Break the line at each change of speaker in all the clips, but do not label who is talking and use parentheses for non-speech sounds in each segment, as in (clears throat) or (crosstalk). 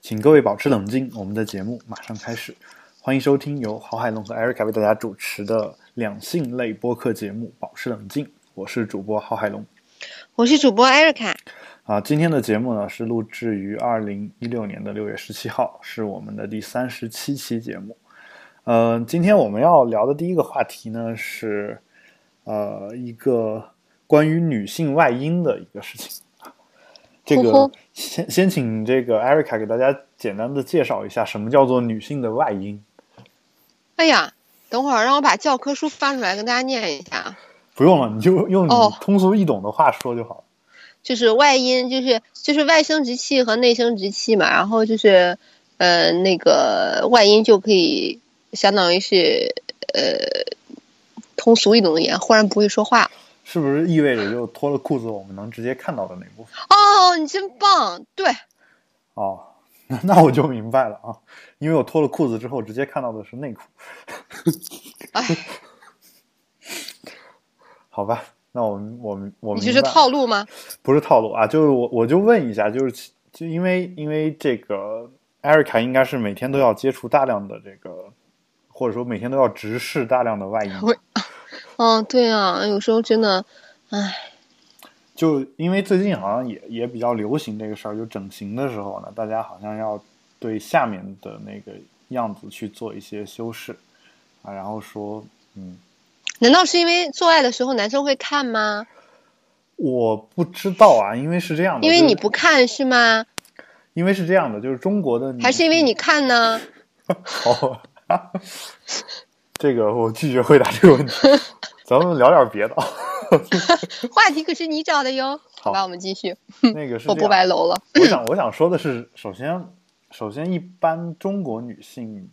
请各位保持冷静，我们的节目马上开始。欢迎收听由郝海龙和艾瑞卡为大家主持的两性类播客节目《保持冷静》，我是主播郝海龙。
我是主播艾瑞卡。
啊，今天的节目呢是录制于二零一六年的六月十七号，是我们的第三十七期节目。呃，今天我们要聊的第一个话题呢是，呃，一个关于女性外阴的一个事情。这
呼
个
呼
先先请这个艾瑞卡给大家简单的介绍一下什么叫做女性的外阴。
哎呀，等会儿让我把教科书翻出来跟大家念一下啊。
不用了，你就用你
哦
通俗易懂的话说就好了。
就是外阴，就是就是外生殖器和内生殖器嘛，然后就是，呃，那个外阴就可以相当于是，呃，通俗易懂的言，忽然不会说话。
是不是意味着就脱了裤子我们能直接看到的那部分？
哦，你真棒，对，
哦， (laughs) 那那我就明白了啊，因为我脱了裤子之后直接看到的是内裤。
哎，
(laughs) 好吧，那我们我们我
你
们
这是套路吗？
不是套路啊，就是我我就问一下，就是其就因为因为这个艾瑞卡应该是每天都要接触大量的这个，或者说每天都要直视大量的外阴，
我嗯，对啊，有时候真的，哎，
就因为最近好像也也比较流行这个事儿，就整形的时候呢，大家好像要对下面的那个样子去做一些修饰啊，然后说嗯。
难道是因为做爱的时候男生会看吗？
我不知道啊，因为是这样的，
因为
就是
你不看是吗？
因为是这样的，就是中国的女
还是因为你看呢？
好， (laughs) 这个我拒绝回答这个问题。 (laughs) 咱们聊点别的。啊
话题可是你找的哟。
好
好吧，我们继续，
那个是这
我不
样
白楼了。 (laughs)
我想我想说的是，首先首先一般中国女性，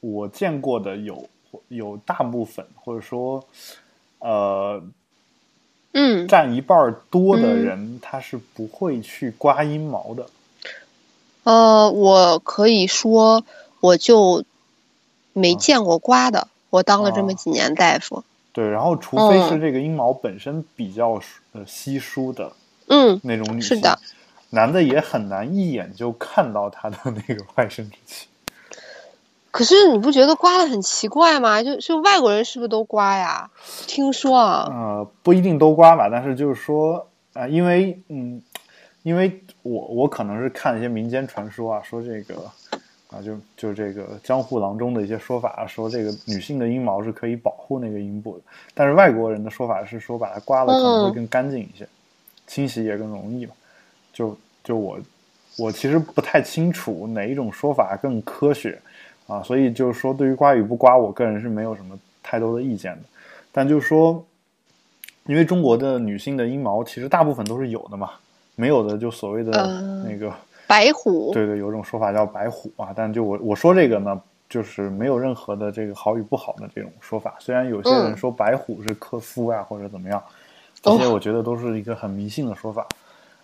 我见过的有有大部分或者说呃
嗯，
占一半儿多的
嗯
人，她是不会去刮阴毛的。
呃，我可以说，我就没见过刮的。我当了这么几年大夫，
对，然后除非是
嗯
这个阴毛本身比较呃稀疏的
嗯，
那种女
是
性，
的
男的也很难一眼就看到她的那个外生殖器。
可是你不觉得刮的很奇怪吗？就就外国人是不是都刮呀？听说啊，
呃，不一定都刮吧，但是就是说啊、呃因为嗯，因为我我可能是看一些民间传说啊，说这个啊，就就这个江湖郎中的一些说法、啊，说这个女性的阴毛是可以保护那个阴部的，但是外国人的说法是说把它刮了可能会
嗯
更干净一些，清洗也更容易嘛。就就我我其实不太清楚哪一种说法更科学啊，所以就是说对于刮与不刮，我个人是没有什么太多的意见的。但就是说，因为中国的女性的阴毛其实大部分都是有的嘛，没有的就所谓的
嗯
那个、
白虎，
对对，有种说法叫白虎啊，但就我我说这个呢，就是没有任何的这个好与不好的这种说法。虽然有些人
嗯哦
说白虎是克夫啊，或者怎么样，这些我觉得都是一个很迷信的说法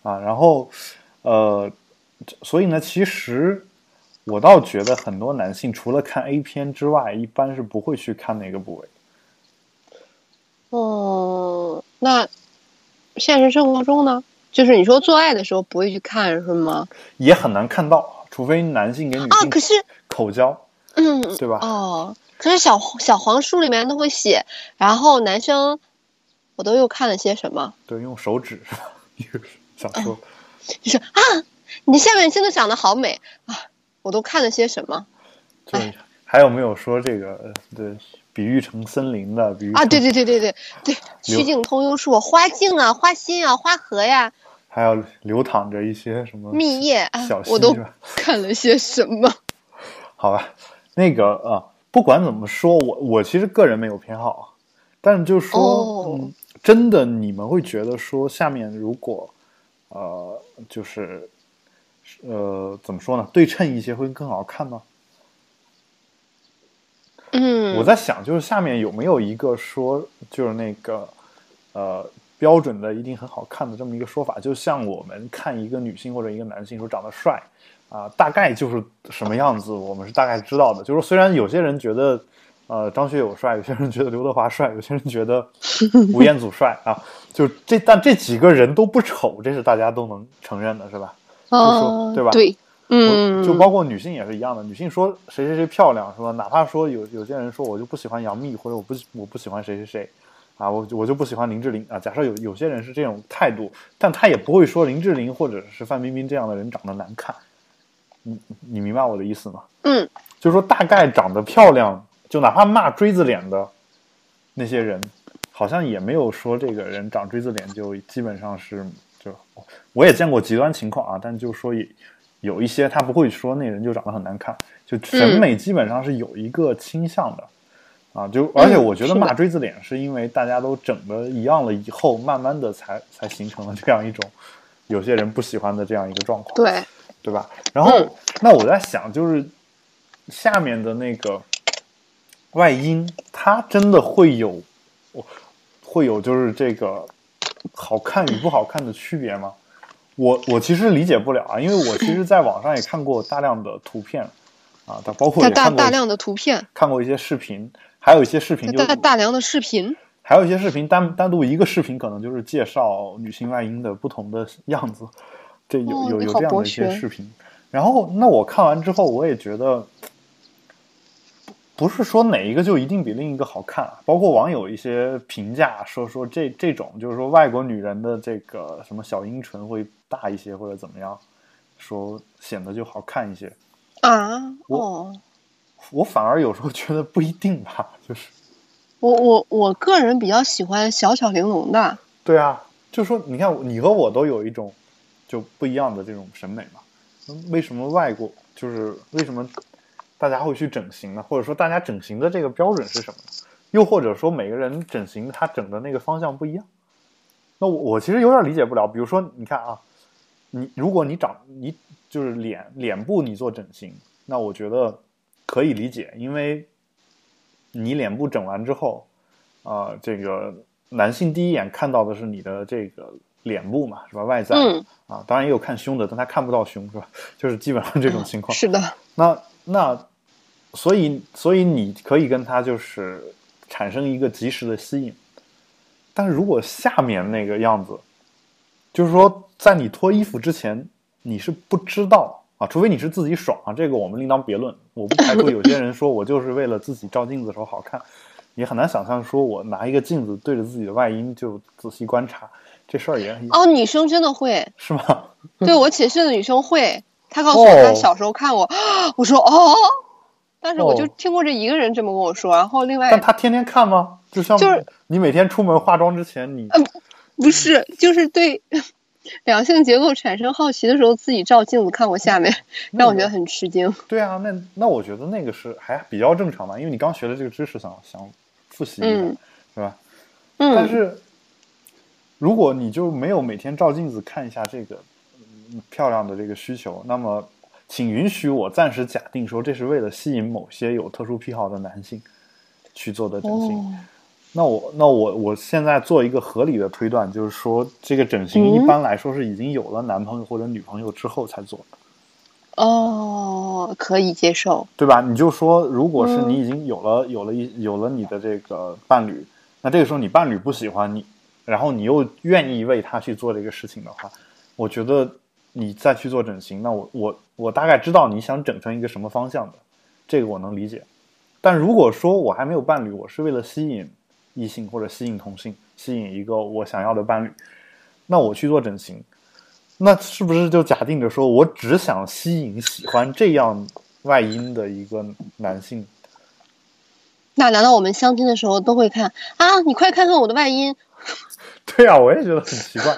啊。然后，呃，这所以呢，其实我倒觉得很多男性除了看 A 片之外，一般是不会去看那个部位。
嗯，那现实生活中呢？就是你说做爱的时候不会去看是吗？
也很难看到，除非男性给女
啊，可
性
是
口交，
嗯，
对吧？
哦，可是小黄小黄书里面都会写，然后男生，我都又看了些什么？
对，用手指是吧？ (laughs) 一个小
嗯
说，
就是啊，你下面真的长得好美啊！我都看了些什么哎
对，还有没有说这个呃对比喻成森林的？比喻
啊？
成
对，对对对对
(laughs)
对，曲径通幽处，花径啊，花心啊，花荷呀，
还有流淌着一些什么
蜜叶啊
哦小，溪
我都
是吧？
看了些什么？
好吧，那个啊、呃不管怎么说，我我其实个人没有偏好，但是就是说，
哦
嗯，真的你们会觉得说，下面如果呃，就是呃，怎么说呢？对称一些会更好看吗？我
嗯，
在想，就是下面有没有一个说，就是那个呃标准的一定很好看的这么一个说法，就像我们看一个女性或者一个男性说长得帅啊、大概就是什么样子，我们是大概知道的。就是虽然有些人觉得呃张学友帅，有些人觉得刘德华帅，有些人觉得吴彦祖帅啊，就这但这几个人都不丑，这是大家都能承认的，是吧？就说
啊，
对吧
对，嗯，
就包括女性也是一样的，女性说谁谁谁漂亮是吧？哪怕说有有些人说我就不喜欢杨幂，或者我不我不喜欢谁谁谁，啊，我就我就不喜欢林志玲啊。假设有有些人是这种态度，但他也不会说林志玲或者是范冰冰这样的人长得难看。你你明白我的意思吗？
嗯，
就是说大概长得漂亮，就哪怕骂锥子脸的那些人，好像也没有说这个人长锥子脸就基本上是就我也见过极端情况啊，但就说也。有一些他不会说那人就长得很难看，就审美基本上是有一个倾向的，啊，就而且我觉得骂锥子脸是因为大家都整的一样了以后，慢慢的才才形成了这样一种有些人不喜欢的这样一个状况，
对，
对吧？然后、
嗯
那我在想，就是下面的那个外阴，它真的会有，我会有就是这个好看与不好看的区别吗？我我其实理解不了啊，因为我其实在网上也看过大量的图片啊，它包括
大
也
大
看过
大量的图片，
看过一些视频，还有一些视频就
大大量的视频，
还有一些视频单单独一个视频，可能就是介绍女性外阴的不同的样子，这有、
哦
有
你
有
好
这样的
博
一些
学
视频。然后，那我看完之后，我也觉得，不是说哪一个就一定比另一个好看啊。包括网友一些评价说说这这种就是说外国女人的这个什么小阴唇会大一些或者怎么样，说显得就好看一些。
啊，
我
哦，
我反而有时候觉得不一定吧，就是
我我我个人比较喜欢小巧玲珑的，
对啊，就说你看你和我都有一种就不一样的这种审美嘛。那为什么外国就是为什么大家会去整形呢？或者说大家整形的这个标准是什么呢？又或者说每个人整形他整的那个方向不一样？那我我其实有点理解不了。比如说你看啊，你如果你长你就是脸脸部你做整形，那我觉得可以理解，因为你脸部整完之后，啊、这个男性第一眼看到的是你的这个脸部嘛，是吧？外在、
嗯，
啊，当然也有看胸的，但他看不到胸，是吧？ (laughs) 就是基本上这种情况。
是的，
那那，所以所以你可以跟他就是产生一个及时的吸引，但是如果下面那个样子，就是说在你脱衣服之前，你是不知道啊，除非你是自己爽啊，这个我们另当别论。我不排除有些人说我就是为了自己照镜子的时候好看，也很难想象说我拿一个镜子对着自己的外阴就仔细观察，这事儿也
哦，女生真的会，
是吗？
对我寝室的女生会，她告诉我
嗯
她
哦
小时候看我， (gasps) 我说哦，当时我就
哦
听过这一个人这么跟我说，然后另外
但他天天看吗？就像
哎就是嗯
你每天出门化妆之前，你
不是就是对 (laughs) 两性结构产生好奇的时候，自己照镜子看我下面，
那
让我
个
觉得很吃惊。
对啊，那那我觉得那个是还比较正常吧，因为你刚学的这个知识想想复习一下，
嗯
是吧？但
嗯，
是如果你就没有每天照镜子看一下这个、嗯漂亮的这个需求，那么请允许我暂时假定说这是为了吸引某些有特殊癖好的男性去做的整形。
哦，
那我那我我现在做一个合理的推断，就是说这个整形一
嗯
般来说是已经有了男朋友或者女朋友之后才做的，
哦，可以接受。
对吧？你就说，如果是
嗯
你已经有了有了一有了你的这个伴侣，那这个时候你伴侣不喜欢你，然后你又愿意为他去做这个事情的话，我觉得你再去做整形，那我我我大概知道你想整成一个什么方向的，这个我能理解。但如果说我还没有伴侣，我是为了吸引异性或者吸引同性，吸引一个我想要的伴侣，那我去做整形，那是不是就假定着说我只想吸引喜欢这样外阴的一个男性？ (laughs)
那难道我们相亲的时候都会看啊？你快看看我的外阴，
对啊，我也觉得很奇怪。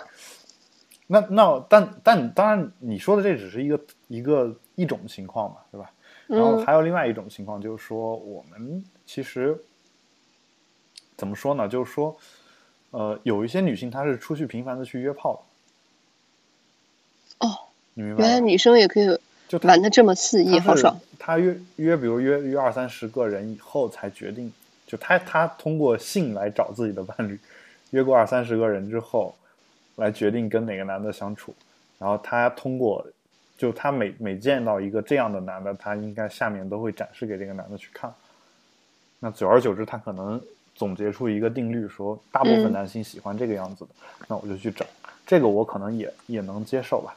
那那但但当然，你说的这只是一个一个一种情况嘛，对吧？然后
嗯
还有另外一种情况，就是说我们其实怎么说呢？就是说，呃，有一些女性她是出去频繁的去约炮的。
哦，
你明白吗？
原来女生也可以
就她
玩的这么肆意，
他
好
是
爽。
他约约，比如约约二三十个人以后才决定，就他他通过性来找自己的伴侣，约过二三十个人之后，来决定跟哪个男的相处，然后他通过，就他每每见到一个这样的男的，他应该下面都会展示给这个男的去看。那久而久之，他可能总结出一个定律，说大部分
嗯
男性喜欢这个样子的，那我就去整，这个我可能也也能接受吧。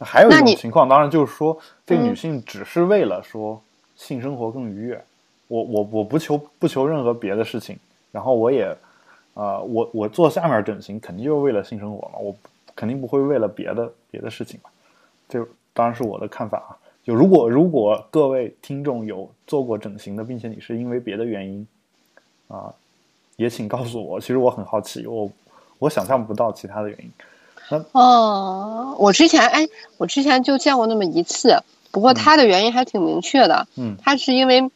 还有一
那
种
你
情况，当然就是说，这个女
嗯
性只是为了说性生活更愉悦，我我我不求不求任何别的事情，然后我也，呃，我我做下面整形肯定就是为了性生活嘛，我肯定不会为了别的别的事情嘛，这当然是我的看法啊。就如果如果各位听众有做过整形的，并且你是因为别的原因，啊、也请告诉我，其实我很好奇，我我想象不到其他的原因。
哦，我之前哎，我之前就见过那么一次，不过他的原因还挺明确的，
嗯
他是因为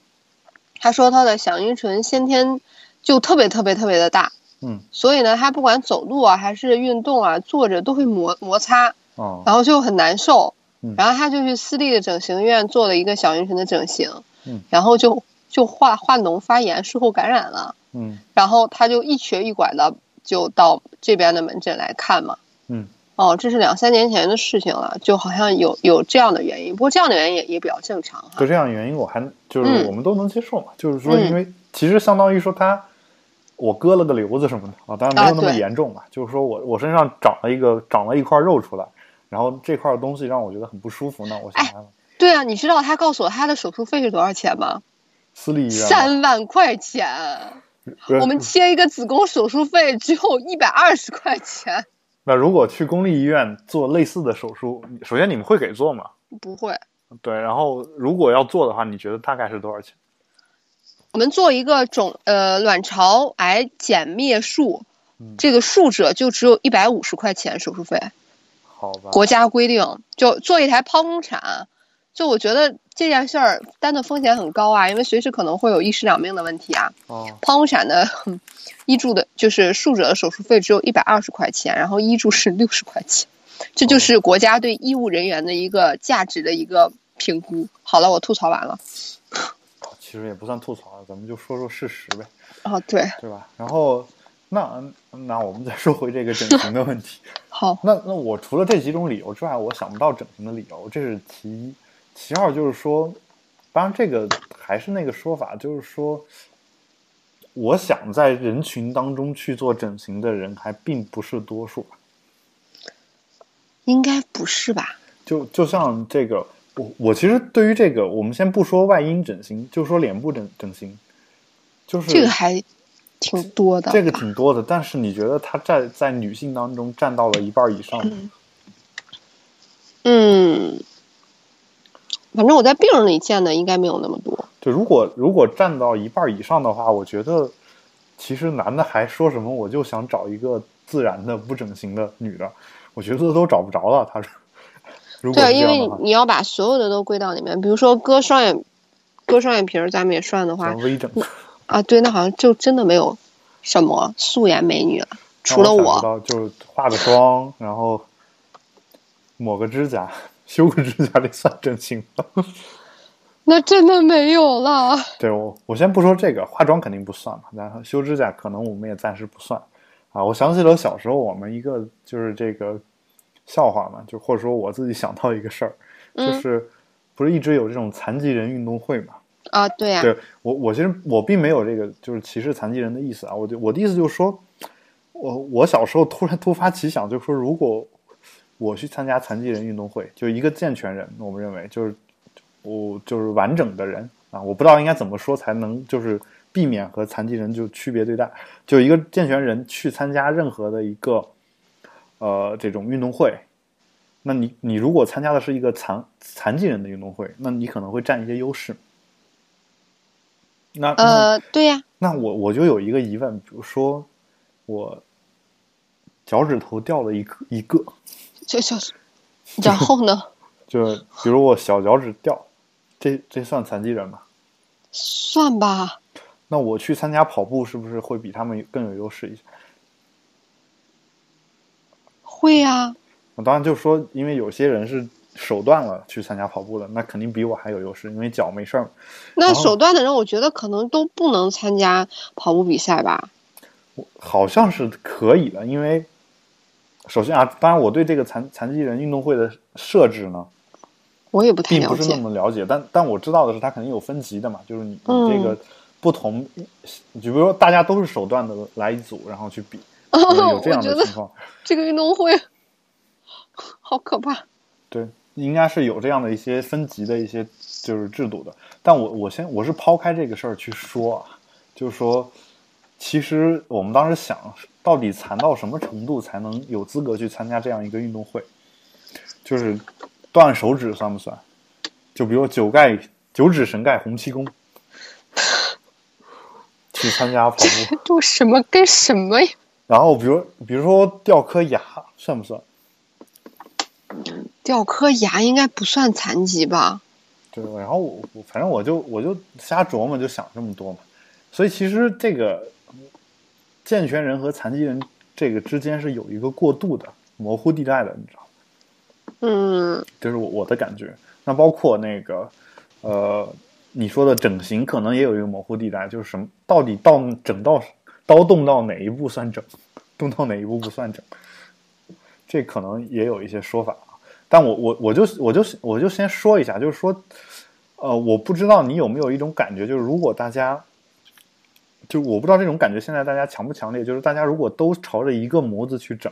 他说他的响阴唇先天就特别特别特别的大，
嗯
所以呢，他不管走路啊还是运动啊，坐着都会摩摩擦，
哦
然后就很难受
嗯。
然后他就去私立的整形院做了一个小阴唇的整形
嗯，
然后就就化化脓发炎，术后感染了，
嗯
然后他就一瘸一拐的就到这边的门诊来看嘛。
嗯
哦，这是两三年前的事情了，就好像有有这样的原因，不过这样的原因也也比较正常哈
就。这样的原因，我还就是
嗯
我们都能接受嘛。就是说，因为其实相当于说他，我割了个瘤子什么的啊，当然没有
啊
那么
对
严重嘛。就是说我我身上长了一个长了一块肉出来，然后这块东西让我觉得很不舒服，那我想
哎
想
对啊，你知道他告诉我他的手术费是多少钱吗？
私立医院吧
三万块钱。
呃
(laughs) 我们切一个子宫手术费只有一百二十块钱，
那如果去公立医院做类似的手术，你首先你们会给做吗？
不会。
对，然后如果要做的话，你觉得大概是多少钱？
我们做一个种呃卵巢癌减灭术
嗯，
这个术者就只有一百五十块钱手术费，
好吧，
国家规定就做一台剖宫产，就我觉得这件事儿担的风险很高啊，因为随时可能会有一尸两命的问题啊。
哦，
剖宫产的 (laughs) 哼医助的，就是术者的手术费只有一百二十块钱，然后医助是六十块钱，这就是国家对医务人员的一个价值的一个评估。好了，我吐槽完了。
其实也不算吐槽了，咱们就说说事实呗。
啊，对，
对吧？然后那那我们再说回这个整形的问题。
好，
那那我除了这几种理由之外，我想不到整形的理由，这是其一。其二就是说，当然这个还是那个说法，就是说，我想在人群当中去做整形的人还并不是多数。
应该不是吧？
就就像这个，我我其实对于这个，我们先不说外阴整形，就说脸部整整形，就是
这个还挺多的。
嗯这个挺多的，但是你觉得它在在女性当中占到了一半以上吗？ (clears throat)
嗯，反正我在病人里见的应该没有那么多。
对，如果如果占到一半以上的话，我觉得其实男的还说什么我就想找一个自然的不整形的女的，我觉得都找不着了。他说，如果是
对，
这
啊因
样的
为
话，
你要把所有的都归到里面，比如说割双眼，割双眼皮儿，咱们也算的话
叫，微整，
啊，对，那好像就真的没有什么素颜美女了，除了
让我想
我。
不到就是化个妆，然后抹个指甲， (laughs) 修个指甲，这算整形吗？
那真的没有了。
对我，我先不说这个，化妆肯定不算嘛，然后修指甲可能我们也暂时不算啊。我想起了小时候我们一个就是这个笑话嘛，就或者说我自己想到一个事儿，就
嗯
是不是一直有这种残疾人运动会嘛？
啊，对呀、
对我，我其实我并没有这个就是歧视残疾人的意思啊，我就我的意思就是说，我我小时候突然突发奇想，就是说如果我去参加残疾人运动会，就一个健全人，我们认为就是我就是完整的人啊，我不知道应该怎么说才能就是避免和残疾人就区别对待，就一个健全人去参加任何的一个呃这种运动会。那你你如果参加的是一个残残疾人的运动会，那你可能会占一些优势。那那
呃，对呀、
那我我就有一个疑问，比如说我脚趾头掉了一个一个，
就就，然后呢？ (laughs)
就比如我小脚趾掉，这这算残疾人吗？
算吧，
那我去参加跑步是不是会比他们更有优势一些？
会呀、
我当然就说，因为有些人是手断了去参加跑步的，那肯定比我还有优势，因为脚没事儿嘛。
那
然后
手段的人，我觉得可能都不能参加跑步比赛吧。
好像是可以的，因为首先啊，当然我对这个残残疾人运动会的设置呢，
我也不太
并
了
不是那
解。
么了解，但但我知道的是，它肯定有分级的嘛，就是你
嗯
你这个不同，就比如说大家都是手段的来一组，然后去
(laughs)
比，可能有这样
哦我觉
的
得
情况。
(laughs) 这个运动会好可怕。
对，应该是有这样的一些分级的一些就是制度的。但我我先我是抛开这个事儿去说啊，就是说，其实我们当时想到底残到什么程度才能有资格去参加这样一个运动会，就是断手指算不算？就比如九盖九指神盖洪七公去参加跑步，
都什么跟什么呀？
然后比如比如说掉颗牙算不算？
掉颗牙应该不算残疾吧？
对，然后我我反正我就我就瞎琢磨，就想这么多嘛。所以其实这个健全人和残疾人这个之间是有一个过渡的模糊地带的，你知道吗？
嗯，
这是我我的感觉。那包括那个呃，你说的整形可能也有一个模糊地带，就是什么到底到整到刀动到哪一步算整，动到哪一步不算整，这可能也有一些说法啊。但我我我就我就我就先说一下，就是说，呃，我不知道你有没有一种感觉，就是如果大家，就我不知道这种感觉现在大家强不强烈，就是大家如果都朝着一个模子去整，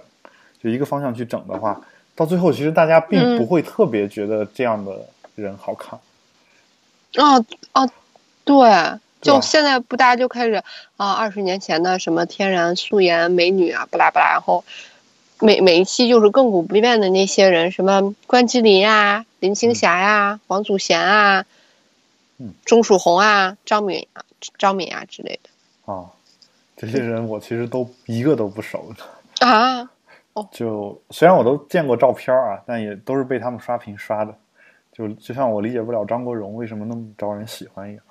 就一个方向去整的话，到最后其实大家并不会特别觉得这样的人好看。
哦哦，对，
对啊吧
就现在不大家就开始啊，二十年前的什么天然素颜美女啊，不拉不拉，然后每每一期就是亘古不变的那些人，什么关之琳啊、林青霞呀、王祖贤啊、
嗯
钟楚红啊、张敏啊、张敏啊之类
啊，这些人我其实都一个都不熟， (laughs)
的啊。
就虽然我都见过照片儿啊，但也都是被他们刷屏刷的，就就像我理解不了张国荣为什么那么招人喜欢一样，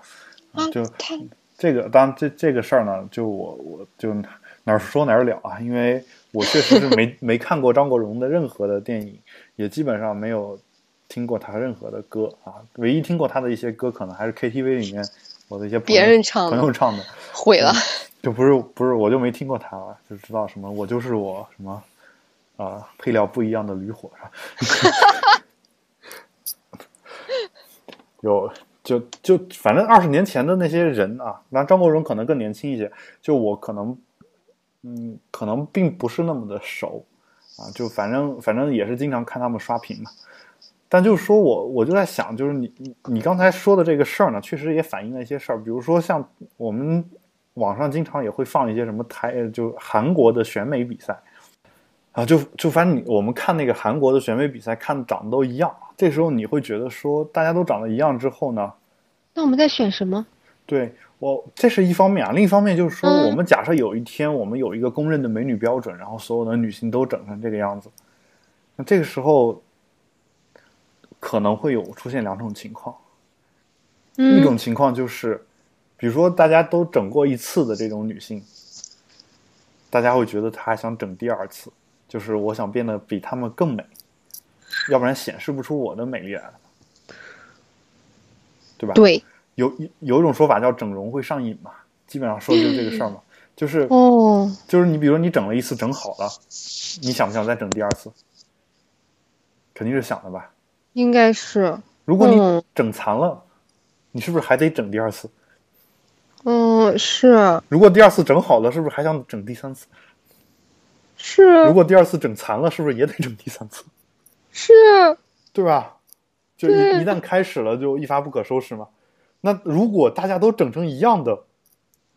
啊
就
他
这个当然这这个事儿呢，就我我就哪哪儿说哪儿了啊，因为我确实是没 (laughs) 没看过张国荣的任何的电影，也基本上没有听过他任何的歌啊，唯一听过他的一些歌，可能还是 KTV 里面我的一些朋友
别人唱的
朋友唱的，
毁了，
就不是不是，我就没听过他了，就知道什么我就是我什么啊、配料不一样的驴火是吧？ (laughs) 有就就反正二十年前的那些人啊，那张国荣可能更年轻一些，就我可能嗯，可能并不是那么的熟啊，就反正反正也是经常看他们刷屏嘛。但就是说我我就在想，就是你你你刚才说的这个事儿呢，确实也反映了一些事儿，比如说像我们网上经常也会放一些什么台，呃就韩国的选美比赛啊，就就反正你我们看那个韩国的选美比赛，看长得都一样，这时候你会觉得说大家都长得一样之后呢，
(laughs) 那我们在选什么？
对我这是一方面啊，另一方面就是说，
嗯
我们假设有一天我们有一个公认的美女标准，然后所有的女性都整成这个样子，那这个时候可能会有出现两种情况，
嗯
一种情况就是，比如说大家都整过一次的这种女性，大家会觉得她还想整第二次，就是我想变得比她们更美，要不然显示不出我的美丽来了，对吧？
对，
有有一种说法叫整容会上瘾嘛，基本上说的就是这个事儿
(laughs)
嘛，就是
哦，
就是你比如你整了一次整好了，你想不想再整第二次？肯定是想的吧。
应该是，
如果你
嗯
整残了，你是不是还得整第二次？
嗯，是
如果第二次整好了，是不是还想整第三次？如
是
果第二次整残了，是不是也得整第三次？
是，
对吧？就一
对，
一旦开始了，就一发不可收拾嘛。那如果大家都整成一样的，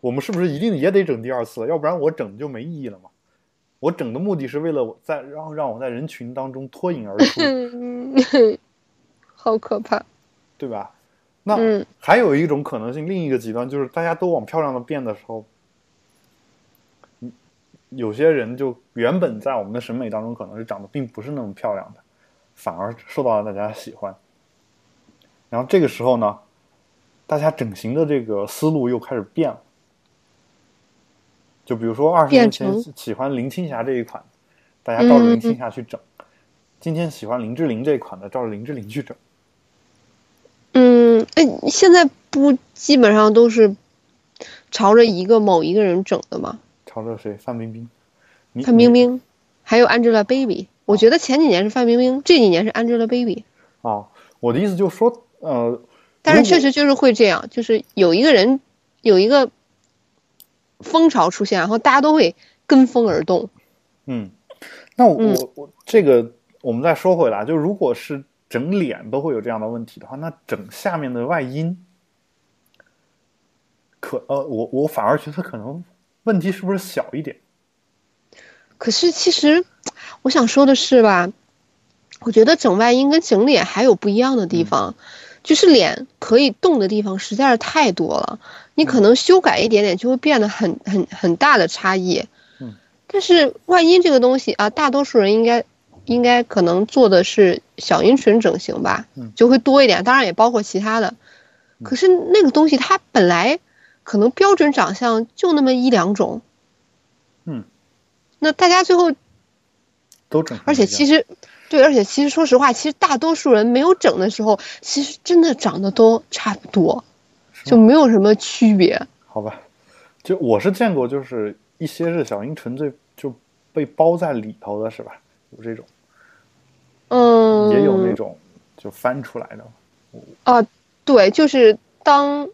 我们是不是一定也得整第二次？要不然我整就没意义了嘛。我整的目的是为了我在让让我在人群当中脱颖而 (laughs) 出
嗯， (laughs) 好可怕，
对吧？那、
嗯
还有一种可能性，另一个极端就是大家都往漂亮的变的时候，嗯有些人就原本在我们的审美当中可能是长得并不是那么漂亮的，反而受到了大家喜欢。然后这个时候呢，大家整形的这个思路又开始变了。就比如说二十年
变
前
成
喜欢林青霞这一款，大家照着
嗯
林青霞去整；今天喜欢林志玲这一款的，照着林志玲去整。
嗯，哎，现在不基本上都是朝着一个某一个人整的吗？
朝着谁？范冰冰，你
范冰冰，还有 Angelababy，我觉得前几年是范冰冰，这几年是 Angelababy，
啊，我的意思就是说，呃，
但是
如果
确实就是会这样，就是有一个人有一个风潮出现，然后大家都会跟风而动。
嗯，那我、
嗯
我我这个我们再说回来，就如果是整脸都会有这样的问题的话，那整下面的外阴，可呃，我我反而觉得可能问题是不是小一点？
可是其实我想说的是吧，我觉得整外阴跟整脸还有不一样的
嗯
地方，就是脸可以动的地方实在是太多了，你可
嗯
能修改一点点就会变得很很很大的差异。
嗯，
但是外阴这个东西啊，大多数人应该应该可能做的是小阴唇整形吧
嗯，
就会多一点，当然也包括其他的。可是那个东西它本来可能标准长相就那么一两种，
嗯，
那大家最后
都整成
而且
这样
其实，对，而且其实说实话，其实大多数人没有整的时候，其实真的长得都差不多，
是
就没有什么区别。
好吧，就我是见过，就是一些是小阴唇最就被包在里头的是吧？有这种，
嗯，
也有那种就翻出来的。
对，就是当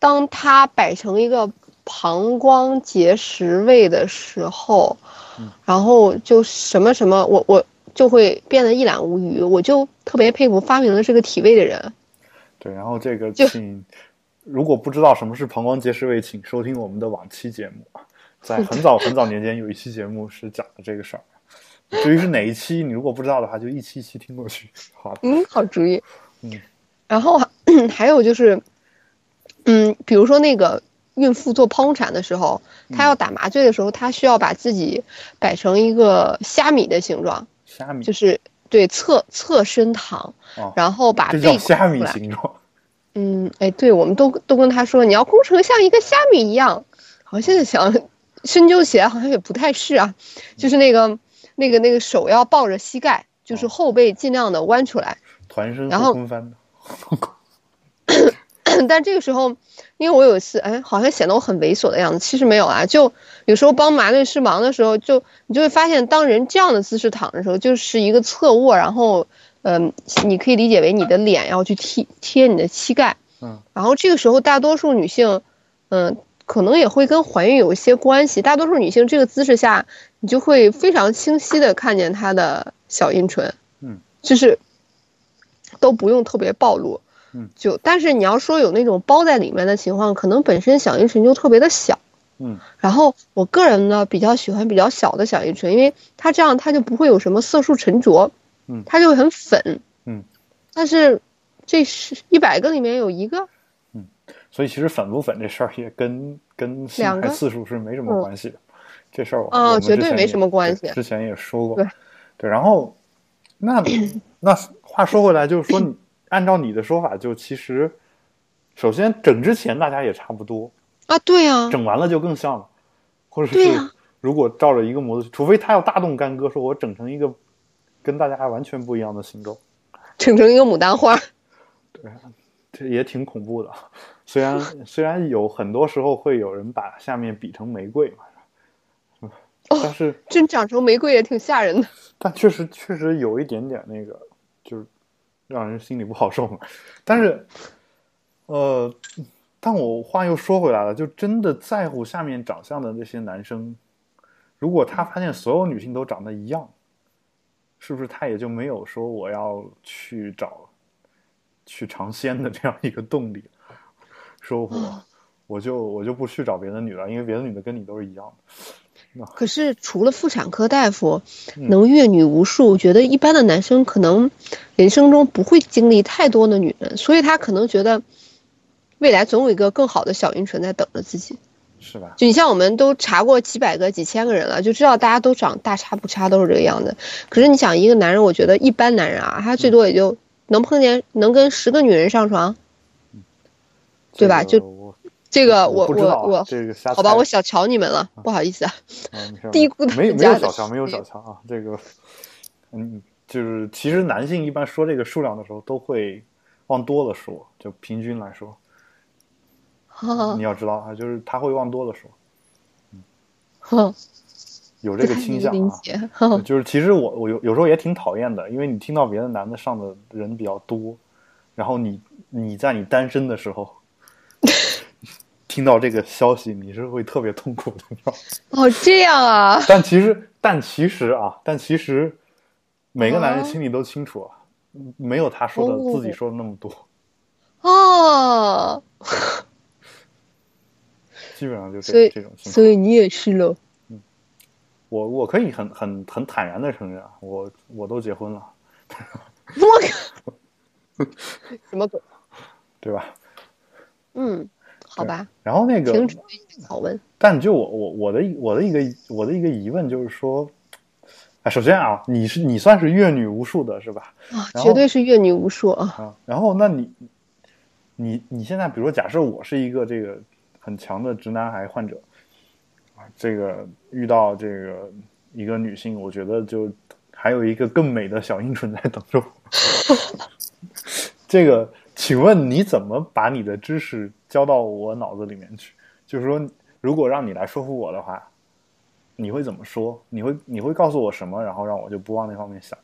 当它摆成一个膀胱结石位的时候，
嗯
然后就什么什么，我我就会变得一览无余。我就特别佩服发明了这个体位的人。
对，然后这个
就
请，如果不知道什么是膀胱结石位，请收听我们的往期节目啊，在很早很早年间有一期节目是讲的这个事儿。至于是哪一期，你如果不知道的话，就一期一期听过去。好的，
嗯，好主意。
嗯，
然后还 (clears throat) 有就是，嗯，比如说那个孕妇做剖宫产的时候，
嗯
她要打麻醉的时候，她需要把自己摆成一个虾米的形状，
虾米
就是对侧侧身躺，
哦，
然后把
这
背
叫
拱
虾
出
米
来。
形状。 (laughs)
嗯，哎，对，我们都都跟她说，你要弓成像一个虾米一样。好像现在想深究起来，好像也不太是啊，
嗯
就是那个那个那个手要抱着膝盖，就是
哦
后背尽量的弯出来。
团身
然
后
后
空翻的，
但这个时候，因为我有一次，哎，好像显得我很猥琐的样子，其实没有啊。就有时候帮麻醉师忙的时候，就你就会发现，当人这样的姿势躺的时候，就是一个侧卧，然后，嗯、你可以理解为你的脸要去贴贴你的膝盖，
嗯，
然后这个时候大多数女性，嗯、可能也会跟怀孕有一些关系。大多数女性这个姿势下，你就会非常清晰的看见她的小阴唇，
嗯，
就是都不用特别暴露，
嗯
就但是你要说有那种包在里面的情况，可能本身小阴唇就特别的小。
嗯，
然后我个人呢比较喜欢比较小的小阴唇，因为它这样它就不会有什么色素沉着，
嗯
它就会很粉，
嗯。
但是这是一百个里面有一个，
所以其实粉不粉这事儿也跟跟性
两
爱
个
次数是没什么关系的，这事儿我
啊
我们
绝对
之前也
没什么关系
对之前也说过，
对
对然后
(laughs)
那那话说回来，就是说你按照你的说法，就其实首先整之前大家也差不多，
啊，对 (laughs) 啊，
整完了就更像了，或者
对
是
呀
如果照着一个模子，除非他要大动干戈，说我整成一个跟大家完全不一样的形状。
整成一个牡丹花。
这也挺恐怖的，虽然虽然有很多时候会有人把下面比成玫瑰嘛，
哦
但是
真长成玫瑰也挺吓人的。
但确实确实有一点点那个，就是让人心里不好受嘛。但是，呃，但我话又说回来了，就真的在乎下面长相的这些男生，如果他发现所有女性都长得一样，是不是他也就没有说我要去找去尝鲜的这样一个动力？说我我就我就不去找别的女的，因为别的女的跟你都是一样的。
可是除了妇产科大夫
嗯
能阅女无数，我觉得一般的男生可能人生中不会经历太多的女人，所以他可能觉得未来总有一个更好的小阴唇在等着自己。
是吧？
就你像我们都查过几百个、几千个人了，就知道大家都长大差不差，都是这个样子。可是你想，一个男人，我觉得一般男人啊，他最多也就能碰见能跟十个女人上床，对吧
这个
就
我
这个我
不知道啊
我
这个瞎
我好吧，
猜
我小瞧你们了，不好意思啊。
啊，没事儿
低估他
没
们
没有
家的
小强，没有小强啊。这个，嗯，就是其实男性一般说这个数量的时候，都会往多了说，就平均来说，
哦 (laughs)
你要知道啊，就是他会往多了说，
哼，
有这
不
个
太
倾
能 (laughs)
向
理
啊。
解。哼
对就是其实我我有有时候也挺讨厌的，因为你听到别的男的上的人比较多，然后你你在你单身的时候 (laughs) 听到这个消息，你是会特别痛苦的，你知道吗？
哦，这样啊，
但其实，但其实啊，但其实，每个男人心里都清楚，啊没有他说的、
嗯哦
自己说的那么多，
哦，
基本上就
所以
是这种情况。
所以你也是喽。
我我可以很很很坦然的承认，啊，我我都结婚了，
我靠，
(laughs)
什么鬼？
对吧？
嗯，好吧，
然后那个
停止拷问。
但就我我我的我的一个我的一个疑问就是说，啊，首先啊，你是你算是阅女无数的是吧？
啊，
然
绝
后
对是阅女无数啊！
啊，然后那你你你现在比如说，假设我是一个这个很强的直男癌患者啊，这个遇到这个一个女性，我觉得就还有一个更美的小樱纯在等着我。 (laughs) 这个，请问你怎么把你的知识交到我脑子里面去？就是说，如果让你来说服我的话，你会怎么说？你会你会告诉我什么，然后让我就不往那方面想？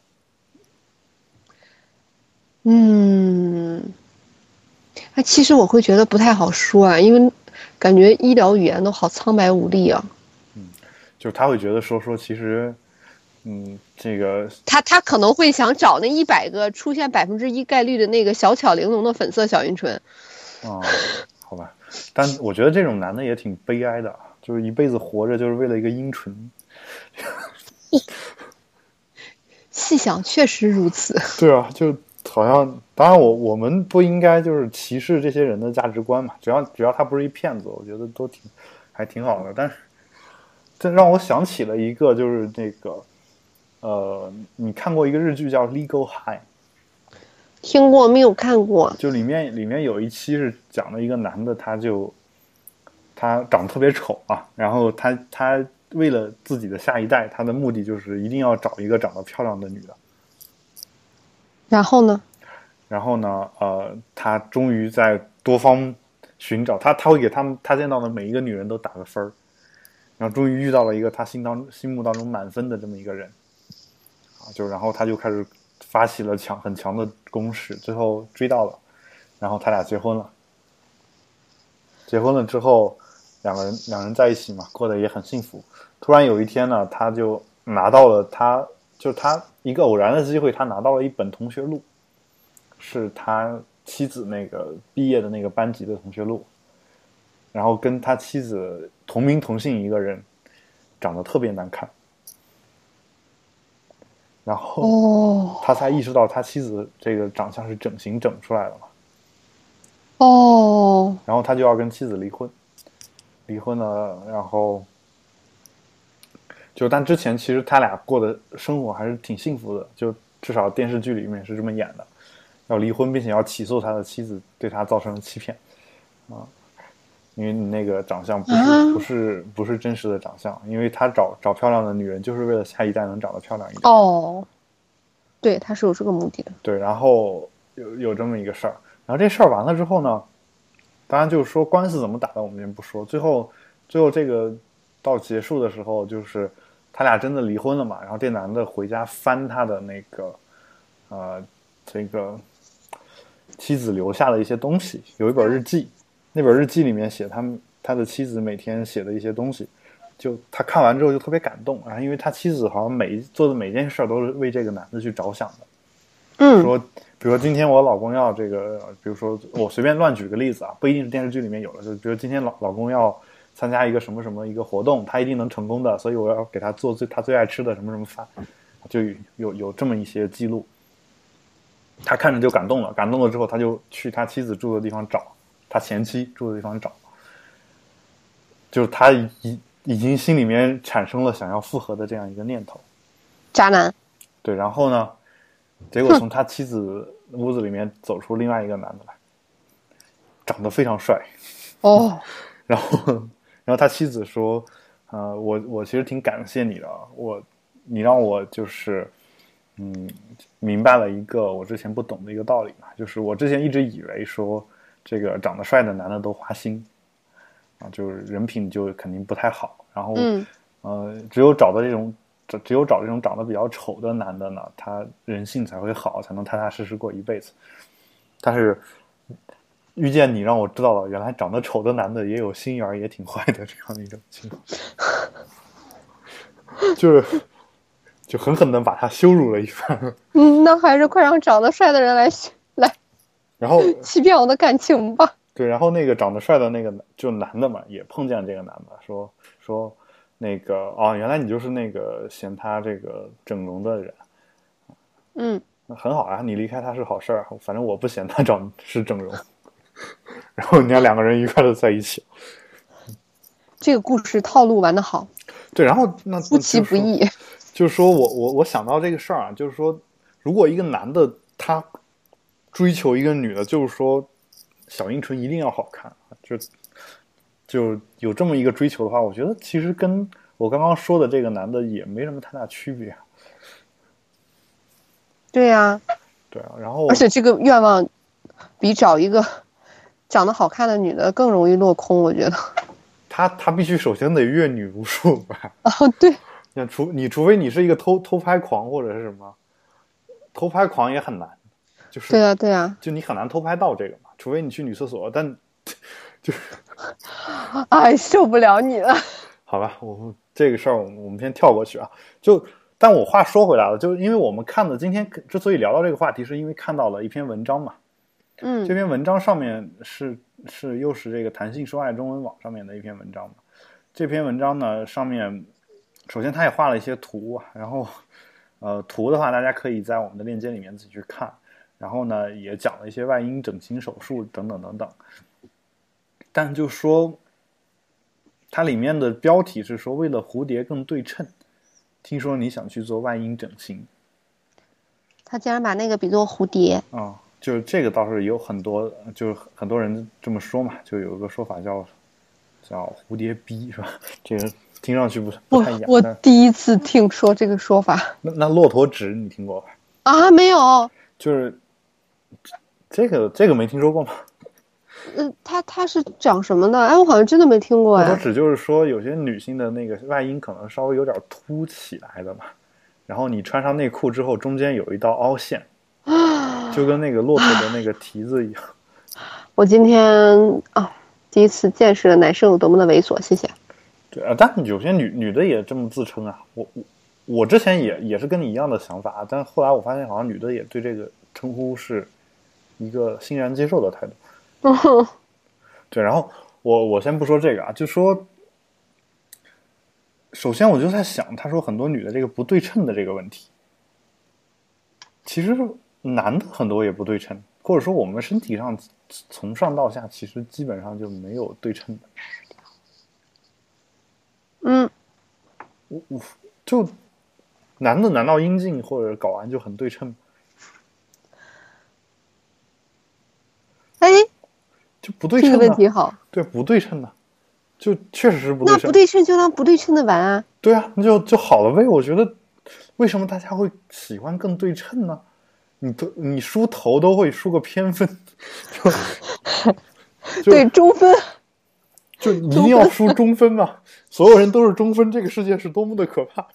嗯，哎，其实我会觉得不太好说啊，因为感觉医疗语言都好苍白无力啊。
就是他会觉得说说其实，嗯，这个
他他可能会想找那一百个出现百分之一概率的那个小巧玲珑的粉色小樱唇。
啊、好吧，但我觉得这种男的也挺悲哀的，啊就是一辈子活着就是为了一个阴唇。
细想，确实如此。
对啊，就好像当然我我们不应该就是歧视这些人的价值观嘛，只要只要他不是一骗子，我觉得都挺还挺好的。但是这让我想起了一个，就是那个呃，你看过一个日剧叫《Legal High》，
听过没有看过？
就里面里面有一期是讲了一个男的，他就他长得特别丑啊，然后他他为了自己的下一代，他的目的就是一定要找一个长得漂亮的女的。
然后呢？
然后呢，呃，他终于在多方寻找他，他会给他们他见到的每一个女人都打个分儿，然后终于遇到了一个他心当心目当中满分的这么一个人，啊，就然后他就开始发起了强很强的攻势，最后追到了，然后他俩结婚了，结婚了之后，两个人两人在一起嘛，过得也很幸福。突然有一天呢，他就拿到了他就是他一个偶然的机会，他拿到了一本同学录。是他妻子那个毕业的那个班级的同学录，然后跟他妻子同名同姓一个人，长得特别难看，然后
哦
他才意识到他妻子这个长相是整形整出来的嘛，
哦，
然后他就要跟妻子离婚，离婚了，然后就但之前其实他俩过的生活还是挺幸福的，就至少电视剧里面是这么演的，要离婚并且要起诉他的妻子对他造成了欺骗，啊，因为你那个长相不
啊
是不是不是真实的长相，因为他找找漂亮的女人就是为了下一代能长得漂亮一点。
哦，对，他是有这个目的的。
对，然后有有这么一个事儿，然后这事儿完了之后呢，当然就是说官司怎么打的我们先不说，最后最后这个到结束的时候，就是他俩真的离婚了嘛，然后这男的回家翻他的那个呃这个妻子留下的一些东西，有一本日记，那本日记里面写他们他的妻子每天写的一些东西。就他看完之后就特别感动，然后因为他妻子好像每一做的每件事儿都是为这个男的去着想的，
嗯
说，比如说今天我老公要这个，呃比如说我随便乱举个例子啊，不一定是电视剧里面有的，就比如今天老老公要参加一个什么什么一个活动，他一定能成功的，所以我要给他做最他最爱吃的什么什么饭，就有有这么一些记录。他看着就感动了，感动了之后他就去他妻子住的地方找，他前妻住的地方找，就是他已已经心里面产生了想要复合的这样一个念头。
渣男。
对，然后呢，结果从他妻子屋子里面走出另外一个男的来，长得非常帅。
哦，
然后，然后他妻子说：“呃，我我其实挺感谢你的，啊我你让我就是，嗯，明白了一个我之前不懂的一个道理嘛，就是我之前一直以为说这个长得帅的男的都花心，啊，就是人品就肯定不太好，然后。
嗯，
呃，只有找到这种，只只有找这种长得比较丑的男的呢，他人性才会好，才能踏踏实实过一辈子。但是遇见你，让我知道了，原来长得丑的男的也有心眼儿， (laughs) 也挺坏的这样的一种情况，就是就狠狠的把他羞辱了一番。
嗯，那还是快让长得帅的人来来
然后
欺骗我的感情吧。
对，然后那个长得帅的那个男就男的嘛，也碰见这个男的，说说那个哦，原来你就是那个嫌他这个整容的人，
嗯，
那很好啊，你离开他是好事儿，反正我不嫌他长是整容。 (laughs) 然后人家两个人愉快的在一起，
这个故事套路玩得好，
对，然后那
出其
嗯
不
就是
意。
就是说我我我想到这个事儿啊，就是说，如果一个男的他追求一个女的，就是说小樱唇一定要好看，啊就就有这么一个追求的话，我觉得其实跟我刚刚说的这个男的也没什么太大区别，
对呀、
对啊。然后
而且这个愿望比找一个长得好看的女的更容易落空，我觉得。 (laughs)
他他必须首先得阅女无数吧？ (laughs)
哦，对，
那除你除非你是一个偷偷拍狂或者是什么，偷拍狂也很难，就是
对啊，对啊，
就你很难偷拍到这个嘛，除非你去女厕所，但
哎，受不了你了。
好吧，我们这个事儿我们我们先跳过去啊。就但我话说回来了，就是因为我们看的今天之所以聊到这个话题，是因为看到了一篇文章嘛。这
嗯，
篇文章上面是是又是这个弹性说爱中文网上面的一篇文章嘛。这篇文章呢，上面首先它也画了一些图啊，然后呃图的话，大家可以在我们的链接里面自己去看。然后呢，也讲了一些外阴整形手术等等等等。但就说它里面的标题是说，为了蝴蝶更对称，听说你想去做外阴整形。
他竟然把那个比作蝴蝶。
啊、就是这个倒是有很多，就是很多人这么说嘛，就有一个说法叫叫蝴蝶逼是吧？ (laughs) 这个听上去不是不
我
太雅。
我
但
第一次听说这个说法
那那骆驼纸你听过吧？
啊，没有，
就是这个这个没听说过吗？
呃，他他是长什么的？哎，我好像真的没听过
骆驼
哎。
纸就是说有些女性的那个外阴可能稍微有点凸起来的嘛，然后你穿上内裤之后，中间有一道凹陷，就跟那个骆驼的那个蹄子一样。
我今天啊，第一次见识了男生有多么的猥琐，谢谢。
对啊，但有些女女的也这么自称啊。我我我之前也也是跟你一样的想法，啊但后来我发现好像女的也对这个称呼是一个欣然接受的态度。 (laughs) 对，然后我我先不说这个啊，就说，首先我就在想，他说很多女的这个不对称的这个问题，其实男的很多也不对称，或者说我们身体上从上到下其实基本上就没有对称的。
嗯，
就男的难道阴茎或者睾丸就很对称吗？
哎，
就不对
这
称、
个
啊、
问题好，
对不对称呢、就确实是不对
那
称。
不对称就当不对称的玩啊。
对啊，那就就好了呗。我觉得为什么大家会喜欢更对称呢？你都你梳头都会梳个偏分，就
对，中分。
就你一定要梳中分嘛。所有人都是中分，这个世界是多么的可怕。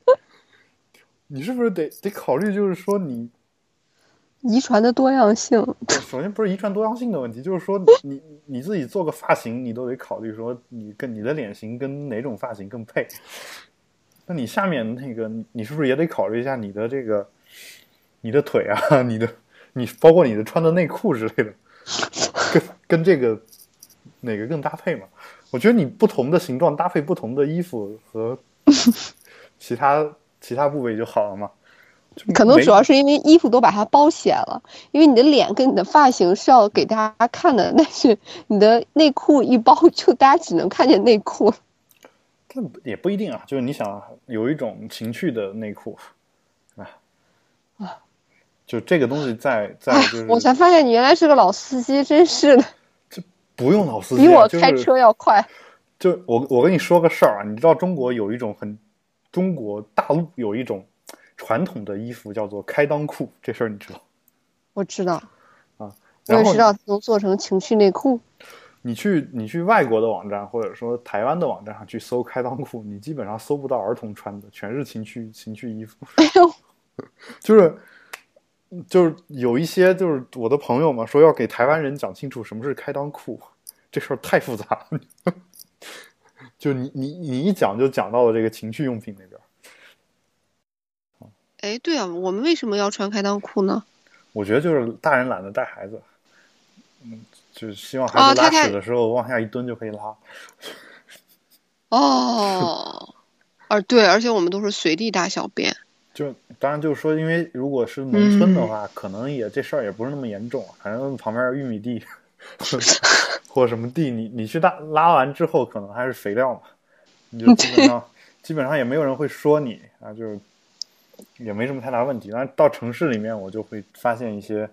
(laughs) 你是不是得得考虑，就是说你
遗传的多样性，
首先不是遗传多样性的问题，就是说你你自己做个发型，你都得考虑说你跟你的脸型跟哪种发型更配。那你下面那个你你是不是也得考虑一下你的这个你的腿啊， (laughs) 你的你包括你的穿的内裤之类的，跟跟这个哪个更搭配嘛？我觉得你不同的形状搭配不同的衣服和其他其他部位就好了嘛。就
可能
没
主要是因为衣服都把它包起来了，因为你的脸跟你的发型是要给大家看的，但是你的内裤一包，就大家只能看见内裤。
这也不一定啊，就是你想啊有一种情趣的内裤，啊，就这个东西
(laughs)
在在
哎
就是，
啊我才发现你原来是个老司机，真是的，
不用老司机
比
啊、
我开
就是
车要快。
就我我跟你说个事儿啊，你知道中国有一种很中国大陆有一种传统的衣服叫做开裆裤，这事儿你知道？
我知道，我
然
也
后
知道能做成情趣内裤。
你去你去外国的网站或者说台湾的网站上去搜开裆裤，你基本上搜不到儿童穿的，全是情趣情趣衣服。
哎呦，
就是就是有一些就是我的朋友嘛，说要给台湾人讲清楚什么是开裆裤，这事儿太复杂了。 (laughs) 就你你你一讲就讲到了这个情趣用品那边。
哎，对啊，我们为什么要穿开裆裤呢？
我觉得就是大人懒得带孩子，嗯，就是希望
哦
孩子拉
他太
屎的时候往下一蹲就可以拉。
哦，而对，而且我们都是随地大小便。
就当然就是说，因为如果是农村的话，可能也这事儿也不是那么严重，反正旁边有玉米地或者什么地，你你去大拉完之后，可能还是肥料嘛，你就基本上基本上也没有人会说你啊，就是也没什么太大问题。但是到城市里面，我就会发现一些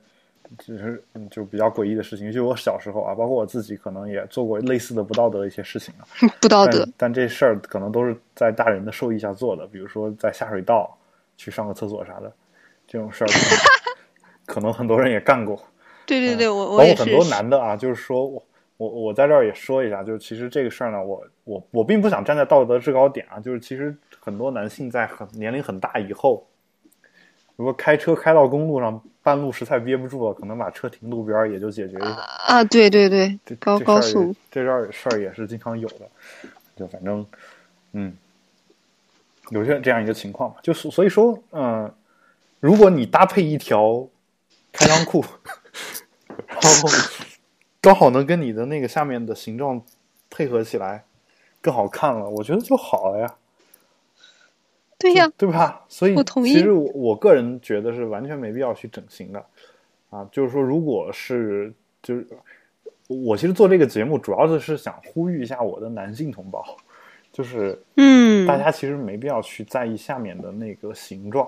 就是嗯就比较诡异的事情，就我小时候啊，包括我自己，可能也做过类似的不道德的一些事情啊。
不道德
但，但这事儿可能都是在大人的授意下做的，比如说在下水道去上个厕所啥的，这种事儿可能
(laughs)
可能很多人也干过，
对对对，我
包
我
括
也
很
是
多男的啊，就是说我我我在这儿也说一下，就是其实这个事儿呢，我我我并不想站在道德制高点啊，就是其实很多男性在很年龄很大以后，如果开车开到公路上，半路实在憋不住了，可能把车停路边儿也就解决一下。
啊，对对对，
这
高
这
高
事儿也
速
这事儿事儿也是经常有的，就反正，嗯，有些这样一个情况嘛，就是所以说，嗯、如果你搭配一条开裆裤，然
(laughs)
后刚好能跟你的那个下面的形状配合起来，更好看了，我觉得就好了呀。
对呀、
对吧？所以
我同意
其实我我个人觉得是完全没必要去整形的，啊，就是说，如果是就是我其实做这个节目，主要的是想呼吁一下我的男性同胞，就是
嗯，
大家其实没必要去在意下面的那个形状，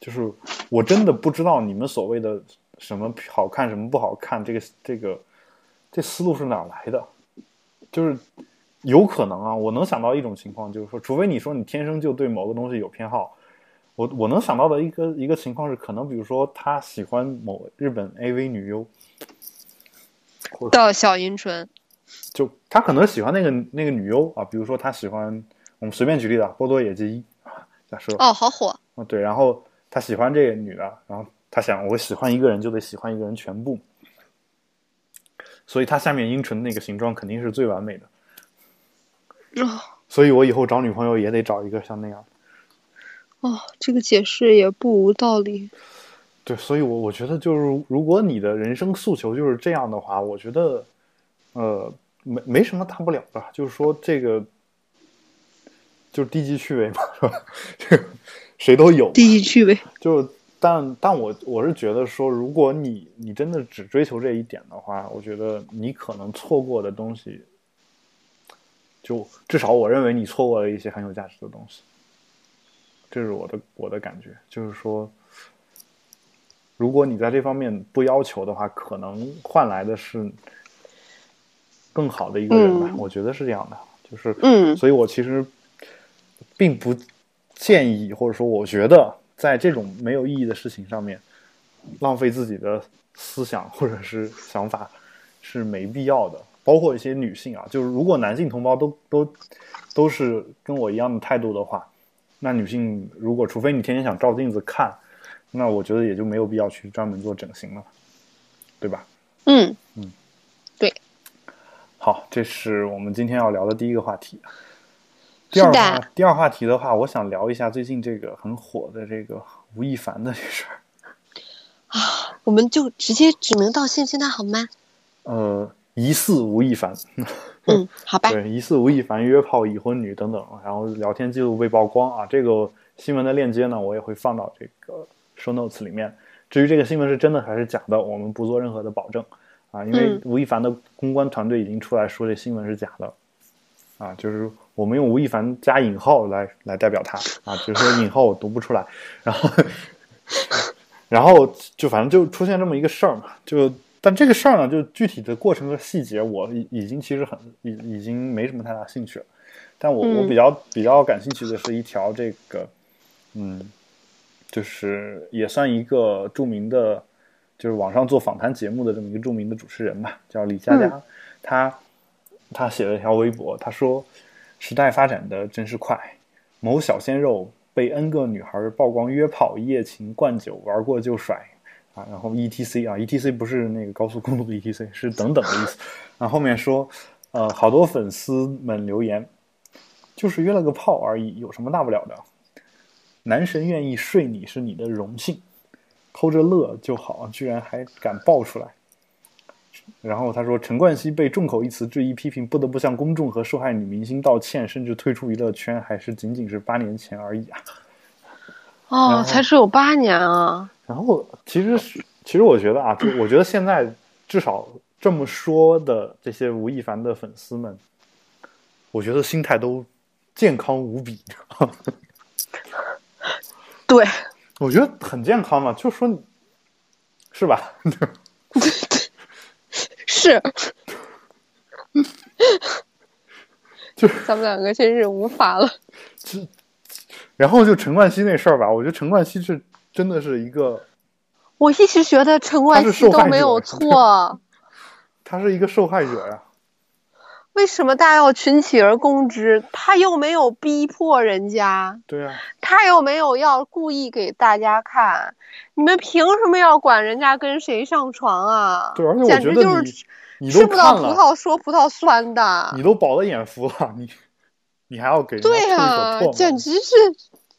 就是我真的不知道你们所谓的什么好看什么不好看，这个这个这思路是哪来的？就是有可能啊，我能想到一种情况，就是说，除非你说你天生就对某个东西有偏好，我我能想到的一个一个情况是，可能比如说他喜欢某日本 AV 女优，或者
到小阴唇，
就他可能喜欢那个那个女优啊，比如说他喜欢，我们随便举例子啊，波多野结衣 (laughs) 啊，假设
哦，好火，
啊对，然后他喜欢这个女的，然后他想我喜欢一个人就得喜欢一个人全部，所以他下面阴唇那个形状肯定是最完美的，
哦
所以我以后找女朋友也得找一个像那样，
哦，这个解释也不无道理。
对，所以我我觉得就是如果你的人生诉求就是这样的话，我觉得呃没没什么大不了的，就是说这个。就是低级趣味嘛，是吧？ (laughs) 这个谁都有嘛，
低级趣味，
就但但我我是觉得说，如果你你真的只追求这一点的话，我觉得你可能错过的东西，就至少我认为你错过了一些很有价值的东西。这是我的我的感觉，就是说，如果你在这方面不要求的话，可能换来的是更好的一个人吧。
嗯
我觉得是这样的，就是
嗯
所以我其实并不建议，或者说我觉得在这种没有意义的事情上面浪费自己的思想或者是想法是没必要的。包括一些女性啊，就是如果男性同胞都都都是跟我一样的态度的话，那女性如果除非你天天想照镜子看，那我觉得也就没有必要去专门做整形了，对吧？
嗯，
好，这是我们今天要聊的第一个话题。第
是
二
的
话，第二话题的话，我想聊一下最近这个很火的这个吴亦凡的这事儿。
啊我们就直接指名道姓，现在好
嗯
吗？
呃，疑似吴亦凡，
嗯，好吧，
对，疑似吴亦凡约炮已婚女等等，然后聊天记录被曝光啊。这个新闻的链接呢，我也会放到这个 show notes 里面。至于这个新闻是真的还是假的，我们不做任何的保证啊，因为
嗯
吴亦凡的公关团队已经出来说这新闻是假的啊，就是我们用吴亦凡加引号来来代表他啊，就是说引号我读不出来， (laughs) 然后然后就反正就出现这么一个事儿嘛，就但这个事儿呢，就具体的过程和细节，我已已经其实很已已经没什么太大兴趣了。但我我
嗯
比较比较感兴趣的是一条这个，嗯，就是也算一个著名的，就是网上做访谈节目的这么一个著名的主持人吧，叫李佳佳，他他写了一条微博，他说：“时代发展的真是快，某小鲜肉被 N 个女孩曝光约炮、一夜情、灌酒、玩过就甩啊，然后 ETC 啊，ETC 不是那个高速公 E 路的 ETC，是等等的意思。然后后面说，呃，好多粉丝们留言，就是约了个炮而已，有什么大不了的？男神愿意睡你是你的荣幸，偷着乐就好，居然还敢爆出来。然后他说，陈冠希被众口一词质疑批评，不得不向公众和受害女明星道歉，甚至退出娱乐圈，还是仅仅是八年前而已啊。 (laughs)
哦，才只有八年啊！
然后其实是，其实我觉得啊，就我觉得现在至少这么说的这些吴亦凡的粉丝们，我觉得心态都健康无比。 (laughs)
对，
我觉得很健康嘛，就说你是吧？ (laughs)
是，
就是
咱们两个真是无法了。
这，然后就陈冠希那事儿吧，我觉得陈冠希是真的是一个，
我一直觉得陈
他
冠
是
希
受害
都
者
没有错，
他是一个受害者呀、
为什么大家要群起而攻之？他又没有逼迫人家，
对啊呀、
他又没有要故意给大家看，你们凭什么要管人家跟谁上床啊？
对，而且我
简
觉
直
得
就是
你你
吃
都
不到
看
葡
了，
萄说葡萄酸的
你。都饱了眼福了，你你还要给人家
啊对
吐一
啊
口唾，沫
简直是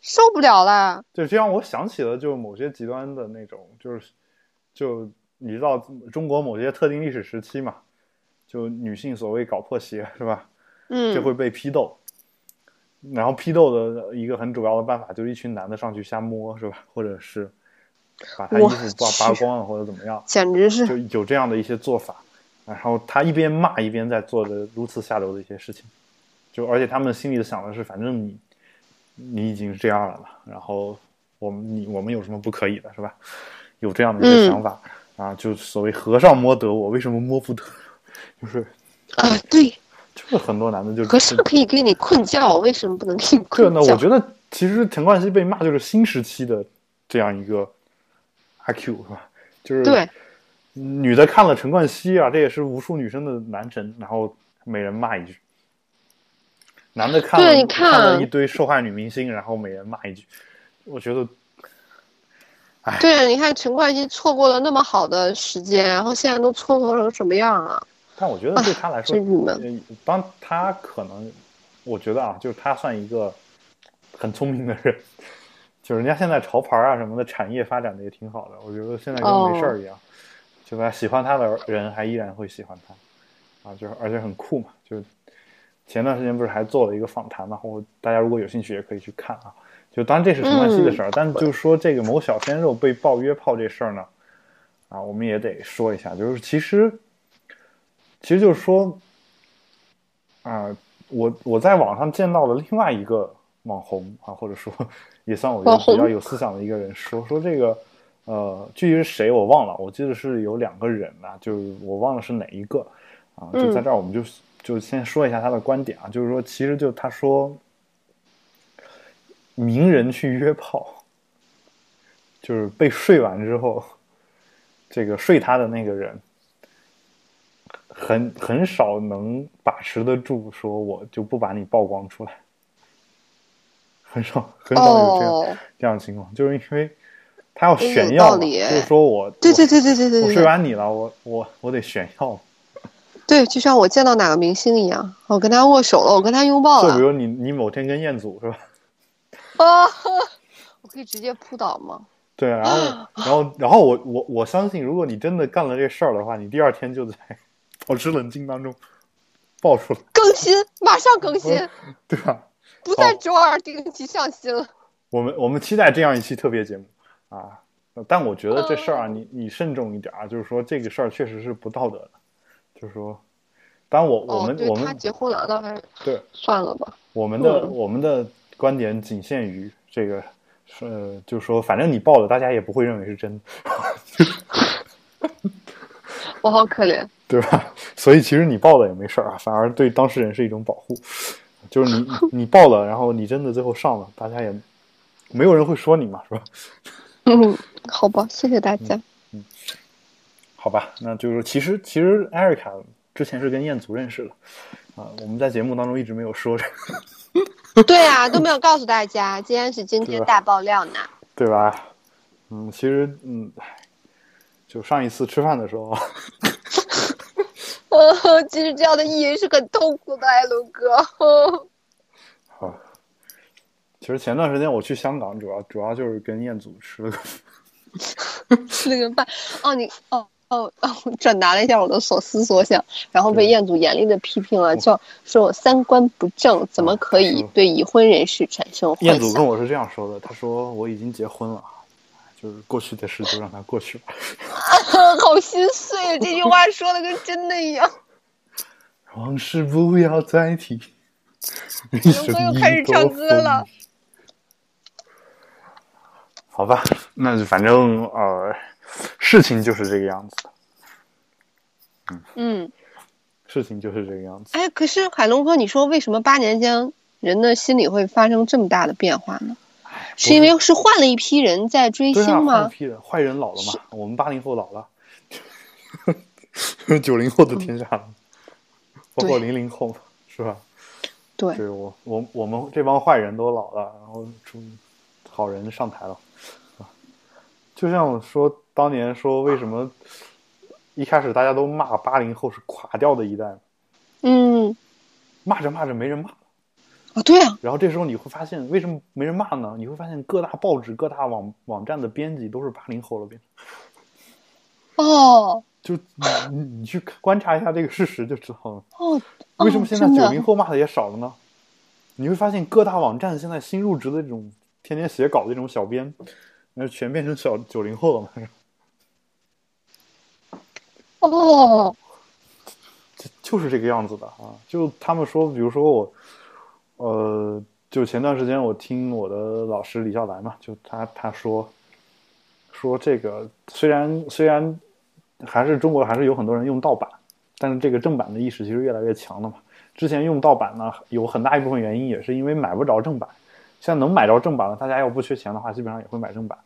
受不了了。
对，这让我想起了就是某些极端的那种，就是就你知道中国某些特定历史时期嘛，就女性所谓搞破鞋是吧，
嗯，
就会被批斗。然后批斗的一个很主要的办法就是一群男的上去瞎摸是吧，或者是把他衣
我
服扒扒
去
光了或者怎么样，
简直是
就有这样的一些做法。然后他一边骂一边在做着如此下流的一些事情，就而且他们心里想的是，反正你你已经是这样了嘛，然后我们你我们有什么不可以的，是吧？有这样的一
嗯
个想法、啊，就所谓和尚摸得我，为什么摸不得？ (laughs) 就是
啊，对，
就是很多男的就
和尚可以给你困觉，我为什么不
(laughs)
能给你
这
困
呢，
觉？
我觉得其实陈冠希被骂就是新时期的这样一个阿 Q 是吧？就是
对，
女的看了陈冠希啊，这也是无数女生的男神，然后每人骂一句；男的看了
对你看
了一堆受害女明星，然后每人骂一句。我觉得哎
对，啊你看陈冠希错过了那么好的时间，然后现在都错过成什么样啊？
但我觉得对他来说，
真郁闷
呃当他可能，我觉得啊，就是他算一个很聪明的人，就是人家现在潮牌啊什么的产业发展的也挺好的，我觉得现在跟没事儿一样，就吧？喜欢他的人还依然会喜欢他，啊，就是而且很酷嘛，就是前段时间不是还做了一个访谈嘛，我大家如果有兴趣也可以去看啊。就当然这是陈冠希的事儿，但就是说这个某小鲜肉被爆约炮这事儿呢，啊，我们也得说一下，就是其实，其实就是说，啊、我我在网上见到了另外一个网红啊，或者说也算我觉得
网红
比较有思想的一个人说说这个，呃，具体是谁我忘了，我记得是有两个人啊，就是我忘了是哪一个啊，
嗯
就在这儿我们就、就先说一下他的观点啊，就是说其实就他说，名人去约炮，就是被睡完之后，这个睡他的那个人。很很少能把持得住，说我就不把你曝光出来，很少很少有这样、
哦，哎
这样的情况，就是因为他要炫
有
耀
道
嘛，
理
就是说我
对对对对对
我
对
睡
对，
完你了，我我我得炫耀嘛，
对，就像我见到哪个明星一样，我跟他握手了，我跟他拥抱
就比
了，
如你你某天跟彦祖是吧？
啊，我可以直接扑倒吗？
对，然后
(laughs)
然后然后我我我相信，如果你真的干了这事儿的话，你第二天就在 (laughs) 保持冷静当中爆出来，
更新，马上更新，
对吧？
不
哦
再周二定期上新了。
我们我们期待这样一期特别节目啊，但我觉得这事儿啊，
哦
你你慎重一点啊，就是说这个事儿确实是不道德的，就是说，当然我我
哦，
们、
对
我
他
们
结婚了，那还是
对
算了吧。
我们的、
嗯
我们的观点仅限于这个，呃，就是说，反正你报了，大家也不会认为是真的，
我好可怜。
对吧？ (laughs) 所以其实你报了也没事儿啊，反而对当事人是一种保护，就是你你报了，然后你真的最后上了，大家也没有人会说你嘛，是吧？
嗯，好吧，谢谢大家。
好吧，那就是其实其实艾瑞卡之前是跟彦祖认识的，啊、我们在节目当中一直没有说这个， (laughs) 嗯
对啊，都没有告诉大家，今天是今天大爆料 (laughs) 呢。
对吧？嗯，其实嗯，唉就上一次吃饭的时候， (laughs)
哦哎 (laughs) 呃，其实这样的意淫是很痛苦的，艾伦哥。
啊。其实前段时间我去香港，主要主要就是跟彦祖吃了个
吃了个饭。哦，你哦哦哦，转达了一下我的所思所想，然后被
对哦
彦祖严厉的批评了，叫说我三观不正，怎么可以
是
对已婚人士产生
哦彦 (laughs)
幻
祖跟
想？
我是这样说的，他说我已经结婚了，就是过去的事就让它过去吧。
好心 (laughs) 碎，这句话说的跟真的一样。
往事不要再 (laughs) 提。人
龙哥又开始唱歌了。
好吧，那就反正呃，事情就是这个样子的，
嗯，
事情就是这个样子。
哎，可是海龙哥，你说为什么八年间人的心理会发生这么大的变化呢？是因为是换了一批人在追
哎对啊，
星
换
吗？
了批人，坏人老了嘛，我们八零后老了， (laughs) 九零后的天下了，包括
对
零零后是吧？
对，
对我我我们这帮坏人都老了，然后出好人上台了，啊就像我说当年说为什么一开始大家都骂八零后是垮掉的一代，
嗯，
骂着骂着没人骂，
哦，对啊，
然后这时候你会发现为什么没人骂呢？你会发现各大报纸、各大网网站的编辑都是八零后了，变成
哦，
就你你你去观察一下这个事实就知道了。
哦，哦
为什么现在
真的
九零后骂的也少了呢？你会发现各大网站现在新入职的这种天天写稿的这种小编，那全变成小九零后了嘛？ (laughs)
哦，
就就是这个样子的啊！就他们说，比如说我，呃，就前段时间我听我的老师李笑来嘛，就他他说说这个虽然虽然还是中国还是有很多人用盗版，但是这个正版的意识其实越来越强了嘛。之前用盗版呢，有很大一部分原因也是因为买不着正版，现在能买着正版了，大家要不缺钱的话，基本上也会买正版。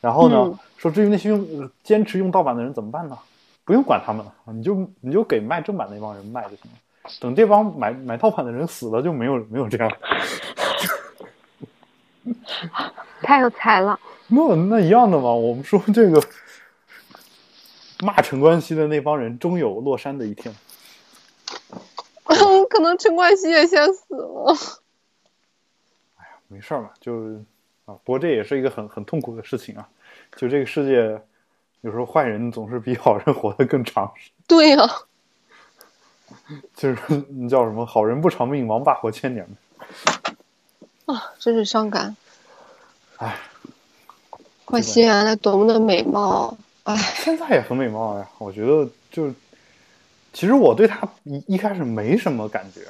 然后呢，
嗯
说至于那些用呃坚持用盗版的人怎么办呢？不用管他们了，你就你就给卖正版那帮人卖就行了。等这帮买买盗版的人死了，就没有没有这样。
太有才了，
那那一样的嘛。我们说这个 (laughs) 骂陈冠希的那帮人，终有落山的一天。
(laughs) 可能陈冠希也先死了。
没事儿嘛，就是啊，不过这也是一个很很痛苦的事情啊。就这个世界，有时候坏人总是比好人活得更长。
对呀、
就是那叫什么“好人不长命，王八活千年”
啊，真是伤感。
唉，
冠希原来多么的美貌，哎，
(laughs) 现在也很美貌呀。我觉得就，其实我对他一一开始没什么感觉，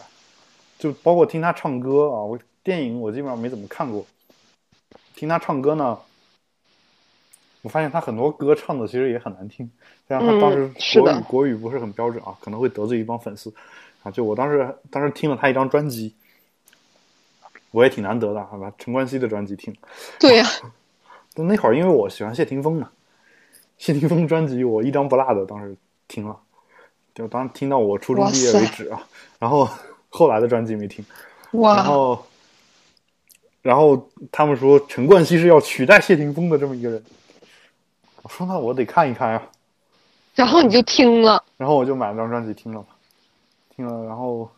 就包括听他唱歌啊，我电影我基本上没怎么看过。听他唱歌呢，我发现他很多歌唱的其实也很难听，加上他当时
嗯是
国语、
的
国语不是很标准啊，可能会得罪一帮粉丝啊。就我当时当时听了他一张专辑，我也挺难得的，好吧，陈冠希的专辑听了。
对呀、
但那会儿因为我喜欢谢霆锋嘛，谢霆锋专辑我一张不落的当时听了，就当听到我初中毕业为止啊。然后后来的专辑没听，然
哇，
后然后他们说陈冠希是要取代谢霆锋的这么一个人，我说那我得看一看啊呀、
然后你就听了，
然后我就买了张专辑听了嘛，听了，然后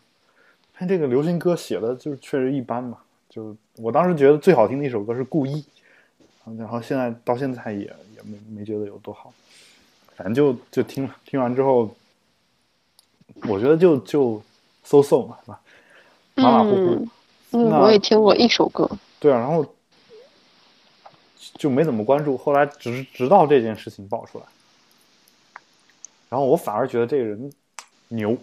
看这个流行歌写的就是确实一般嘛，就是我当时觉得最好听的一首歌是《故意》，然后现在到现在也也没没觉得有多好，反正就就听了，听完之后，我觉得就就 so so 嘛，是吧？马马虎虎。
嗯嗯，
那
我也听过一首歌，
对啊，然后就没怎么关注，后来直直到这件事情爆出来，然后我反而觉得这个人牛，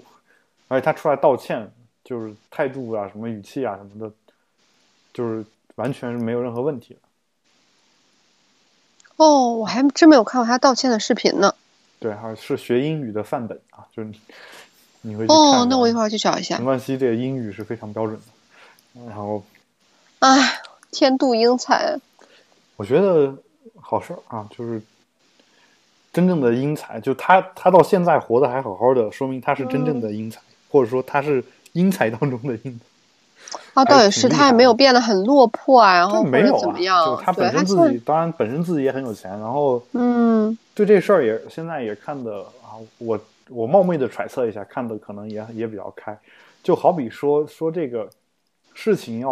而且他出来道歉，就是态度啊、什么语气啊什么的，就是完全是没有任何问题的。
哦，我还真没有看过他道歉的视频呢。
对，还是学英语的范本啊，就是你你会去看
哦，
然
那
后
我一会儿去找一下
陈。冠希这个英语是非常标准的，然后
哎，天妒英才，
我觉得好事儿啊，就是真正的英才，就他他到现在活得还好好的，说明他是真正的
嗯
英才，或者说他是英才当中的英才。
啊，倒也是，
哎挺厉害的
他也没有变得很落魄啊，然后
但
或
没
者
有
怎
啊，
么样，
就他
对，
本
他
身自
就是
己，当然本身自己也很有钱，然后
嗯，
对这事儿也现在也看的啊，我我冒昧的揣测一下，看的可能也也比较开，就好比说说这个事情要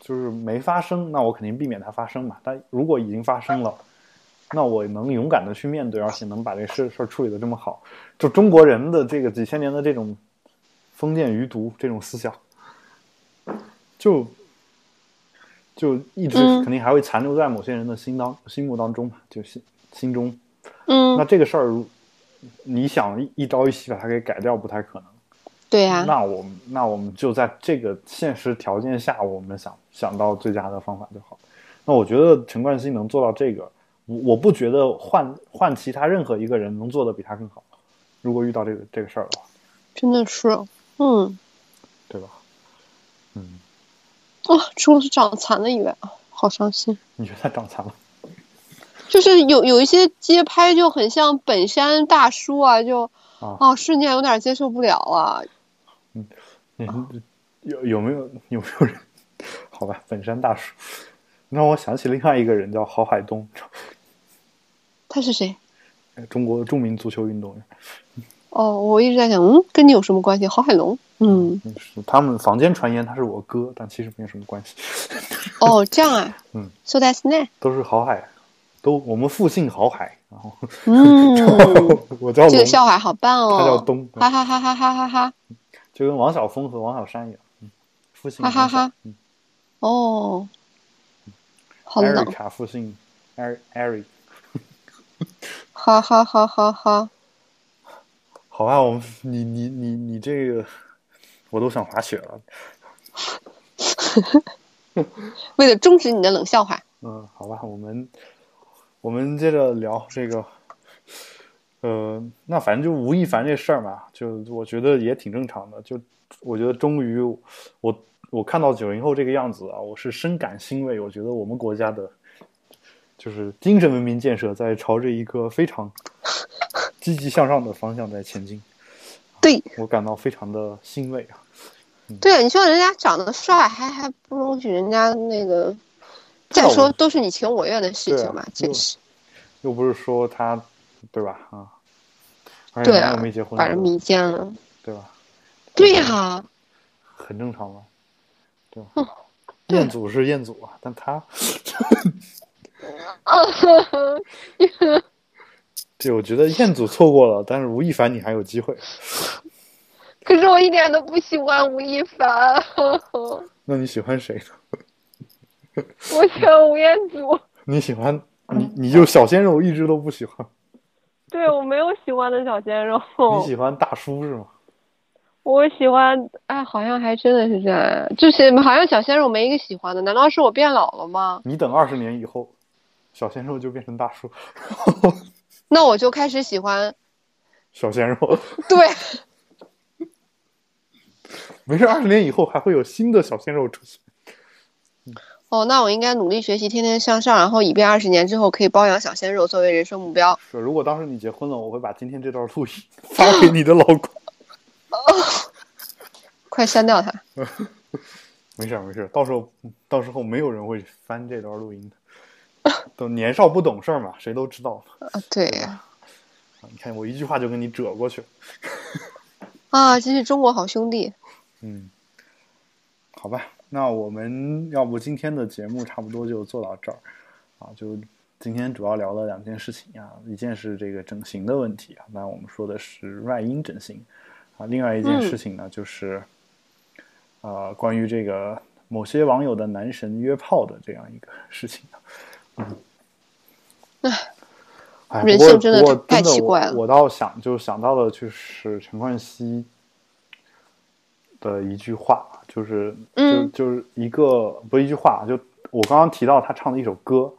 就是没发生，那我肯定避免它发生嘛。但如果已经发生了，那我能勇敢的去面对，而且能把这事事儿处理的这么好，就中国人的这个几千年的这种封建余毒这种思想，就就一直
嗯
肯定还会残留在某些人的心当心目当中嘛，就心心中。那
嗯，
这个事儿，你想一一朝一夕把它给改掉，不太可能。
对啊呀、
那我们那我们就在这个现实条件下，我们想想到最佳的方法就好。那我觉得陈冠希能做到这个，我我不觉得换换其他任何一个人能做的比他更好。如果遇到这个这个事儿的话，
真的是，嗯，
对吧？嗯，
啊，除了是长残了以外，啊好伤心。
你觉得他长残了？
就是有有一些街拍就很像本山大叔啊，就
啊
啊瞬间有点接受不了啊。
你有有没有有没有人？ (laughs) 好吧，本山大叔，让我想起另外一个人叫郝海东，
他是谁？
中国著名足球运动员。
哦，我一直在想，嗯，跟你有什么关系？郝海龙，嗯，
嗯，是他们坊间传言他是我哥，但其实没有什么关系， (laughs)
哦，这样啊，
嗯
，So that's that，
都是郝海，都我们复姓郝海，然后、
嗯，
(laughs) 我叫
这
龙，
个笑话好棒
他叫
哦，
东，
(laughs) 哈哈哈哈哈哈哈，
就跟王晓峰和王小山一样，嗯，复姓
哈哈
王小
哈，
嗯
哦，好冷，
嗯，Erica 复姓 Eric Eric，
哈哈哈哈哈，
好吧，我们你你你你这个，我都想滑雪了，
为了终止你的冷笑话，
嗯，好吧，我们我们接着聊这个，呃，那反正就吴亦凡这事儿嘛，就我觉得也挺正常的。就我觉得终于我我我看到九零后这个样子啊，我是深感欣慰。我觉得我们国家的，就是精神文明建设在朝着一个非常积极向上的方向在前进，
(laughs)
啊
对
我感到非常的欣慰啊。
对啊，你说人家长得帅，还还不容许人家那个，
这
再
倒
说
无
都是你情我愿的事
对啊
情嘛，
就
真是。
又不是说他，对吧？啊，而且
对
男
啊
友没结，婚
把人
呢
迷奸了。
对吧？
对呀、
很正常嘛，对吧？
对
彦祖是彦祖啊，但他对我觉得彦祖错过了，但是吴亦凡你还有机会。
可是我一点都不喜欢吴亦凡， (laughs)
那你喜欢谁呢？
我喜欢吴彦祖。 (laughs)
你喜欢你你就小鲜肉一直都不喜欢，
对我没有喜欢的小鲜肉，
你喜欢大叔是吗？
我喜欢，哎，好像还真的是这样，就是好像小鲜肉没一个喜欢的，难道是我变老了吗？
你等二十年以后，小鲜肉就变成大叔，
那我就开始喜 (laughs) 欢，
小鲜肉
对，
没事，二十年以后还会有新的小鲜肉出现。
哦，那我应该努力学习，天天向上，然后以便二十年之后可以包养小鲜肉作为人生目标。
是，如果当时你结婚了，我会把今天这段录音发给你的老公。
快删掉他，
没事儿没事儿，到时候到时候没有人会翻这段录音的。都年少不懂事儿嘛，谁都知道。
啊，对
啊你看我一句话就跟你折过去了。
啊，真是中国好兄弟。
嗯，好吧，那我们要不今天的节目差不多就做到这儿啊，就今天主要聊了两件事情啊，一件是这个整形的问题啊，那我们说的是外阴整形啊，另外一件
嗯
事情呢、就是啊、关于这个某些网友的男神约炮的这样一个事情啊嗯，哎，
人
不过
性真的
不过
太
真的
奇怪了
我我倒想就想到了，就是陈冠希的一句话，就是就
嗯
就是一个不是一句话，就我刚刚提到他唱的一首歌，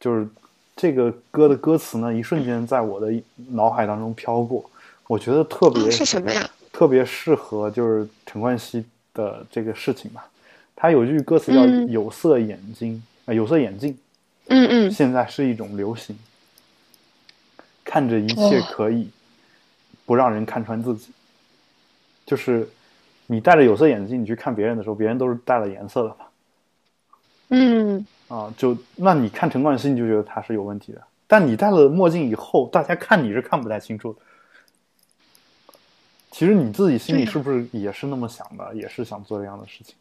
就是这个歌的歌词呢，一瞬间在我的脑海当中飘过，我觉得特别、
哦是什么呀？
特别适合就是陈冠希的这个事情吧。他有一句歌词叫“
嗯
有色眼睛”，啊、有色眼镜
嗯嗯。
现在是一种流行，看着一切可以，不让人看穿自己。就是你戴着有色眼镜，你去看别人的时候，别人都是带了颜色的嘛。
嗯，
啊，就那你看陈冠希，你就觉得他是有问题的。但你戴了墨镜以后，大家看你是看不太清楚的。其实你自己心里
对呀
是不是也是那么想的，也是想做这样的事情？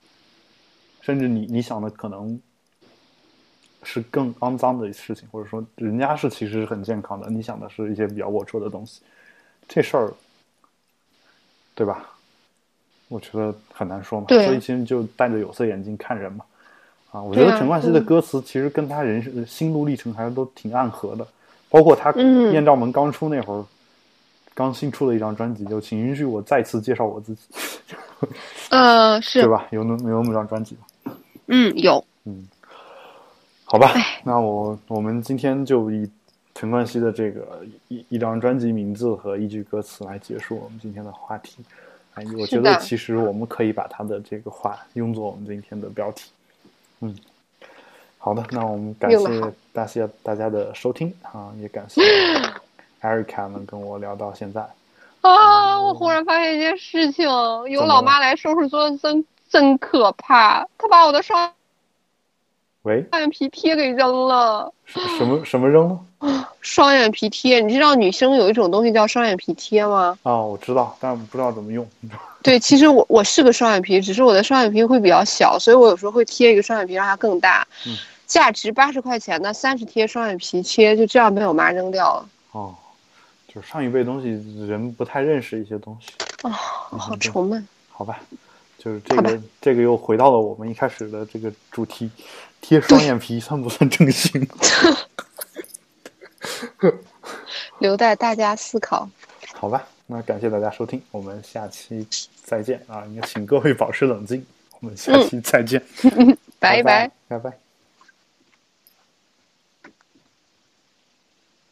甚至你你想的可能是更肮脏的事情，或者说人家是其实是很健康的，你想的是一些比较龌龊的东西，这事儿，对吧？我觉得很难说嘛，
对
所以其实就戴着有色眼镜看人嘛。啊，我觉得
对啊
陈冠希的歌词其实跟他人生的心路历程还是都挺暗合的，包括他
嗯
艳照门刚出那会儿，刚新出的一张专辑就请允许我再次介绍我自己，
嗯，
(laughs) 对
是，
吧？有那有那么张专辑吗？
嗯，有，
好吧
唉，
那我我们今天就以陈冠希的这个一一张专辑名字和一句歌词来结束我们今天的话题。哎，我觉
是的
得其实我们可以把他的这个话用作我们今天的标题。嗯，好的，那我们感
用得好
谢大谢大家的收听啊，也感
(laughs)
谢 Erica 能跟我聊到现在。
啊，我忽然发现一件事情，有
么
老
了
妈来收拾桌子真真可怕，她把我的双
喂，
眼皮贴给扔了。
什什么什么扔了？
双眼皮贴，你知道女生有一种东西叫双眼皮贴吗？
啊，我知道，但不知道怎么用。 (laughs)
对，其实我我是个双眼皮，只是我的双眼皮会比较小，所以我有时候会贴一个双眼皮让它更大。
嗯
价值八十块钱的三十贴双眼皮贴就这样被我妈扔掉了，
哦，就是上一辈东西人不太认识一些东西。
哦嗯好愁闷。
好吧，就是这
好
个这个又回到了我们一开始的这个主题，贴双眼皮算不算正形？
留待大家思考。
(laughs) 好吧，那感谢大家收听，我们下期再见啊！也请各位保持冷静，我们下期再见，
嗯拜
拜，拜拜。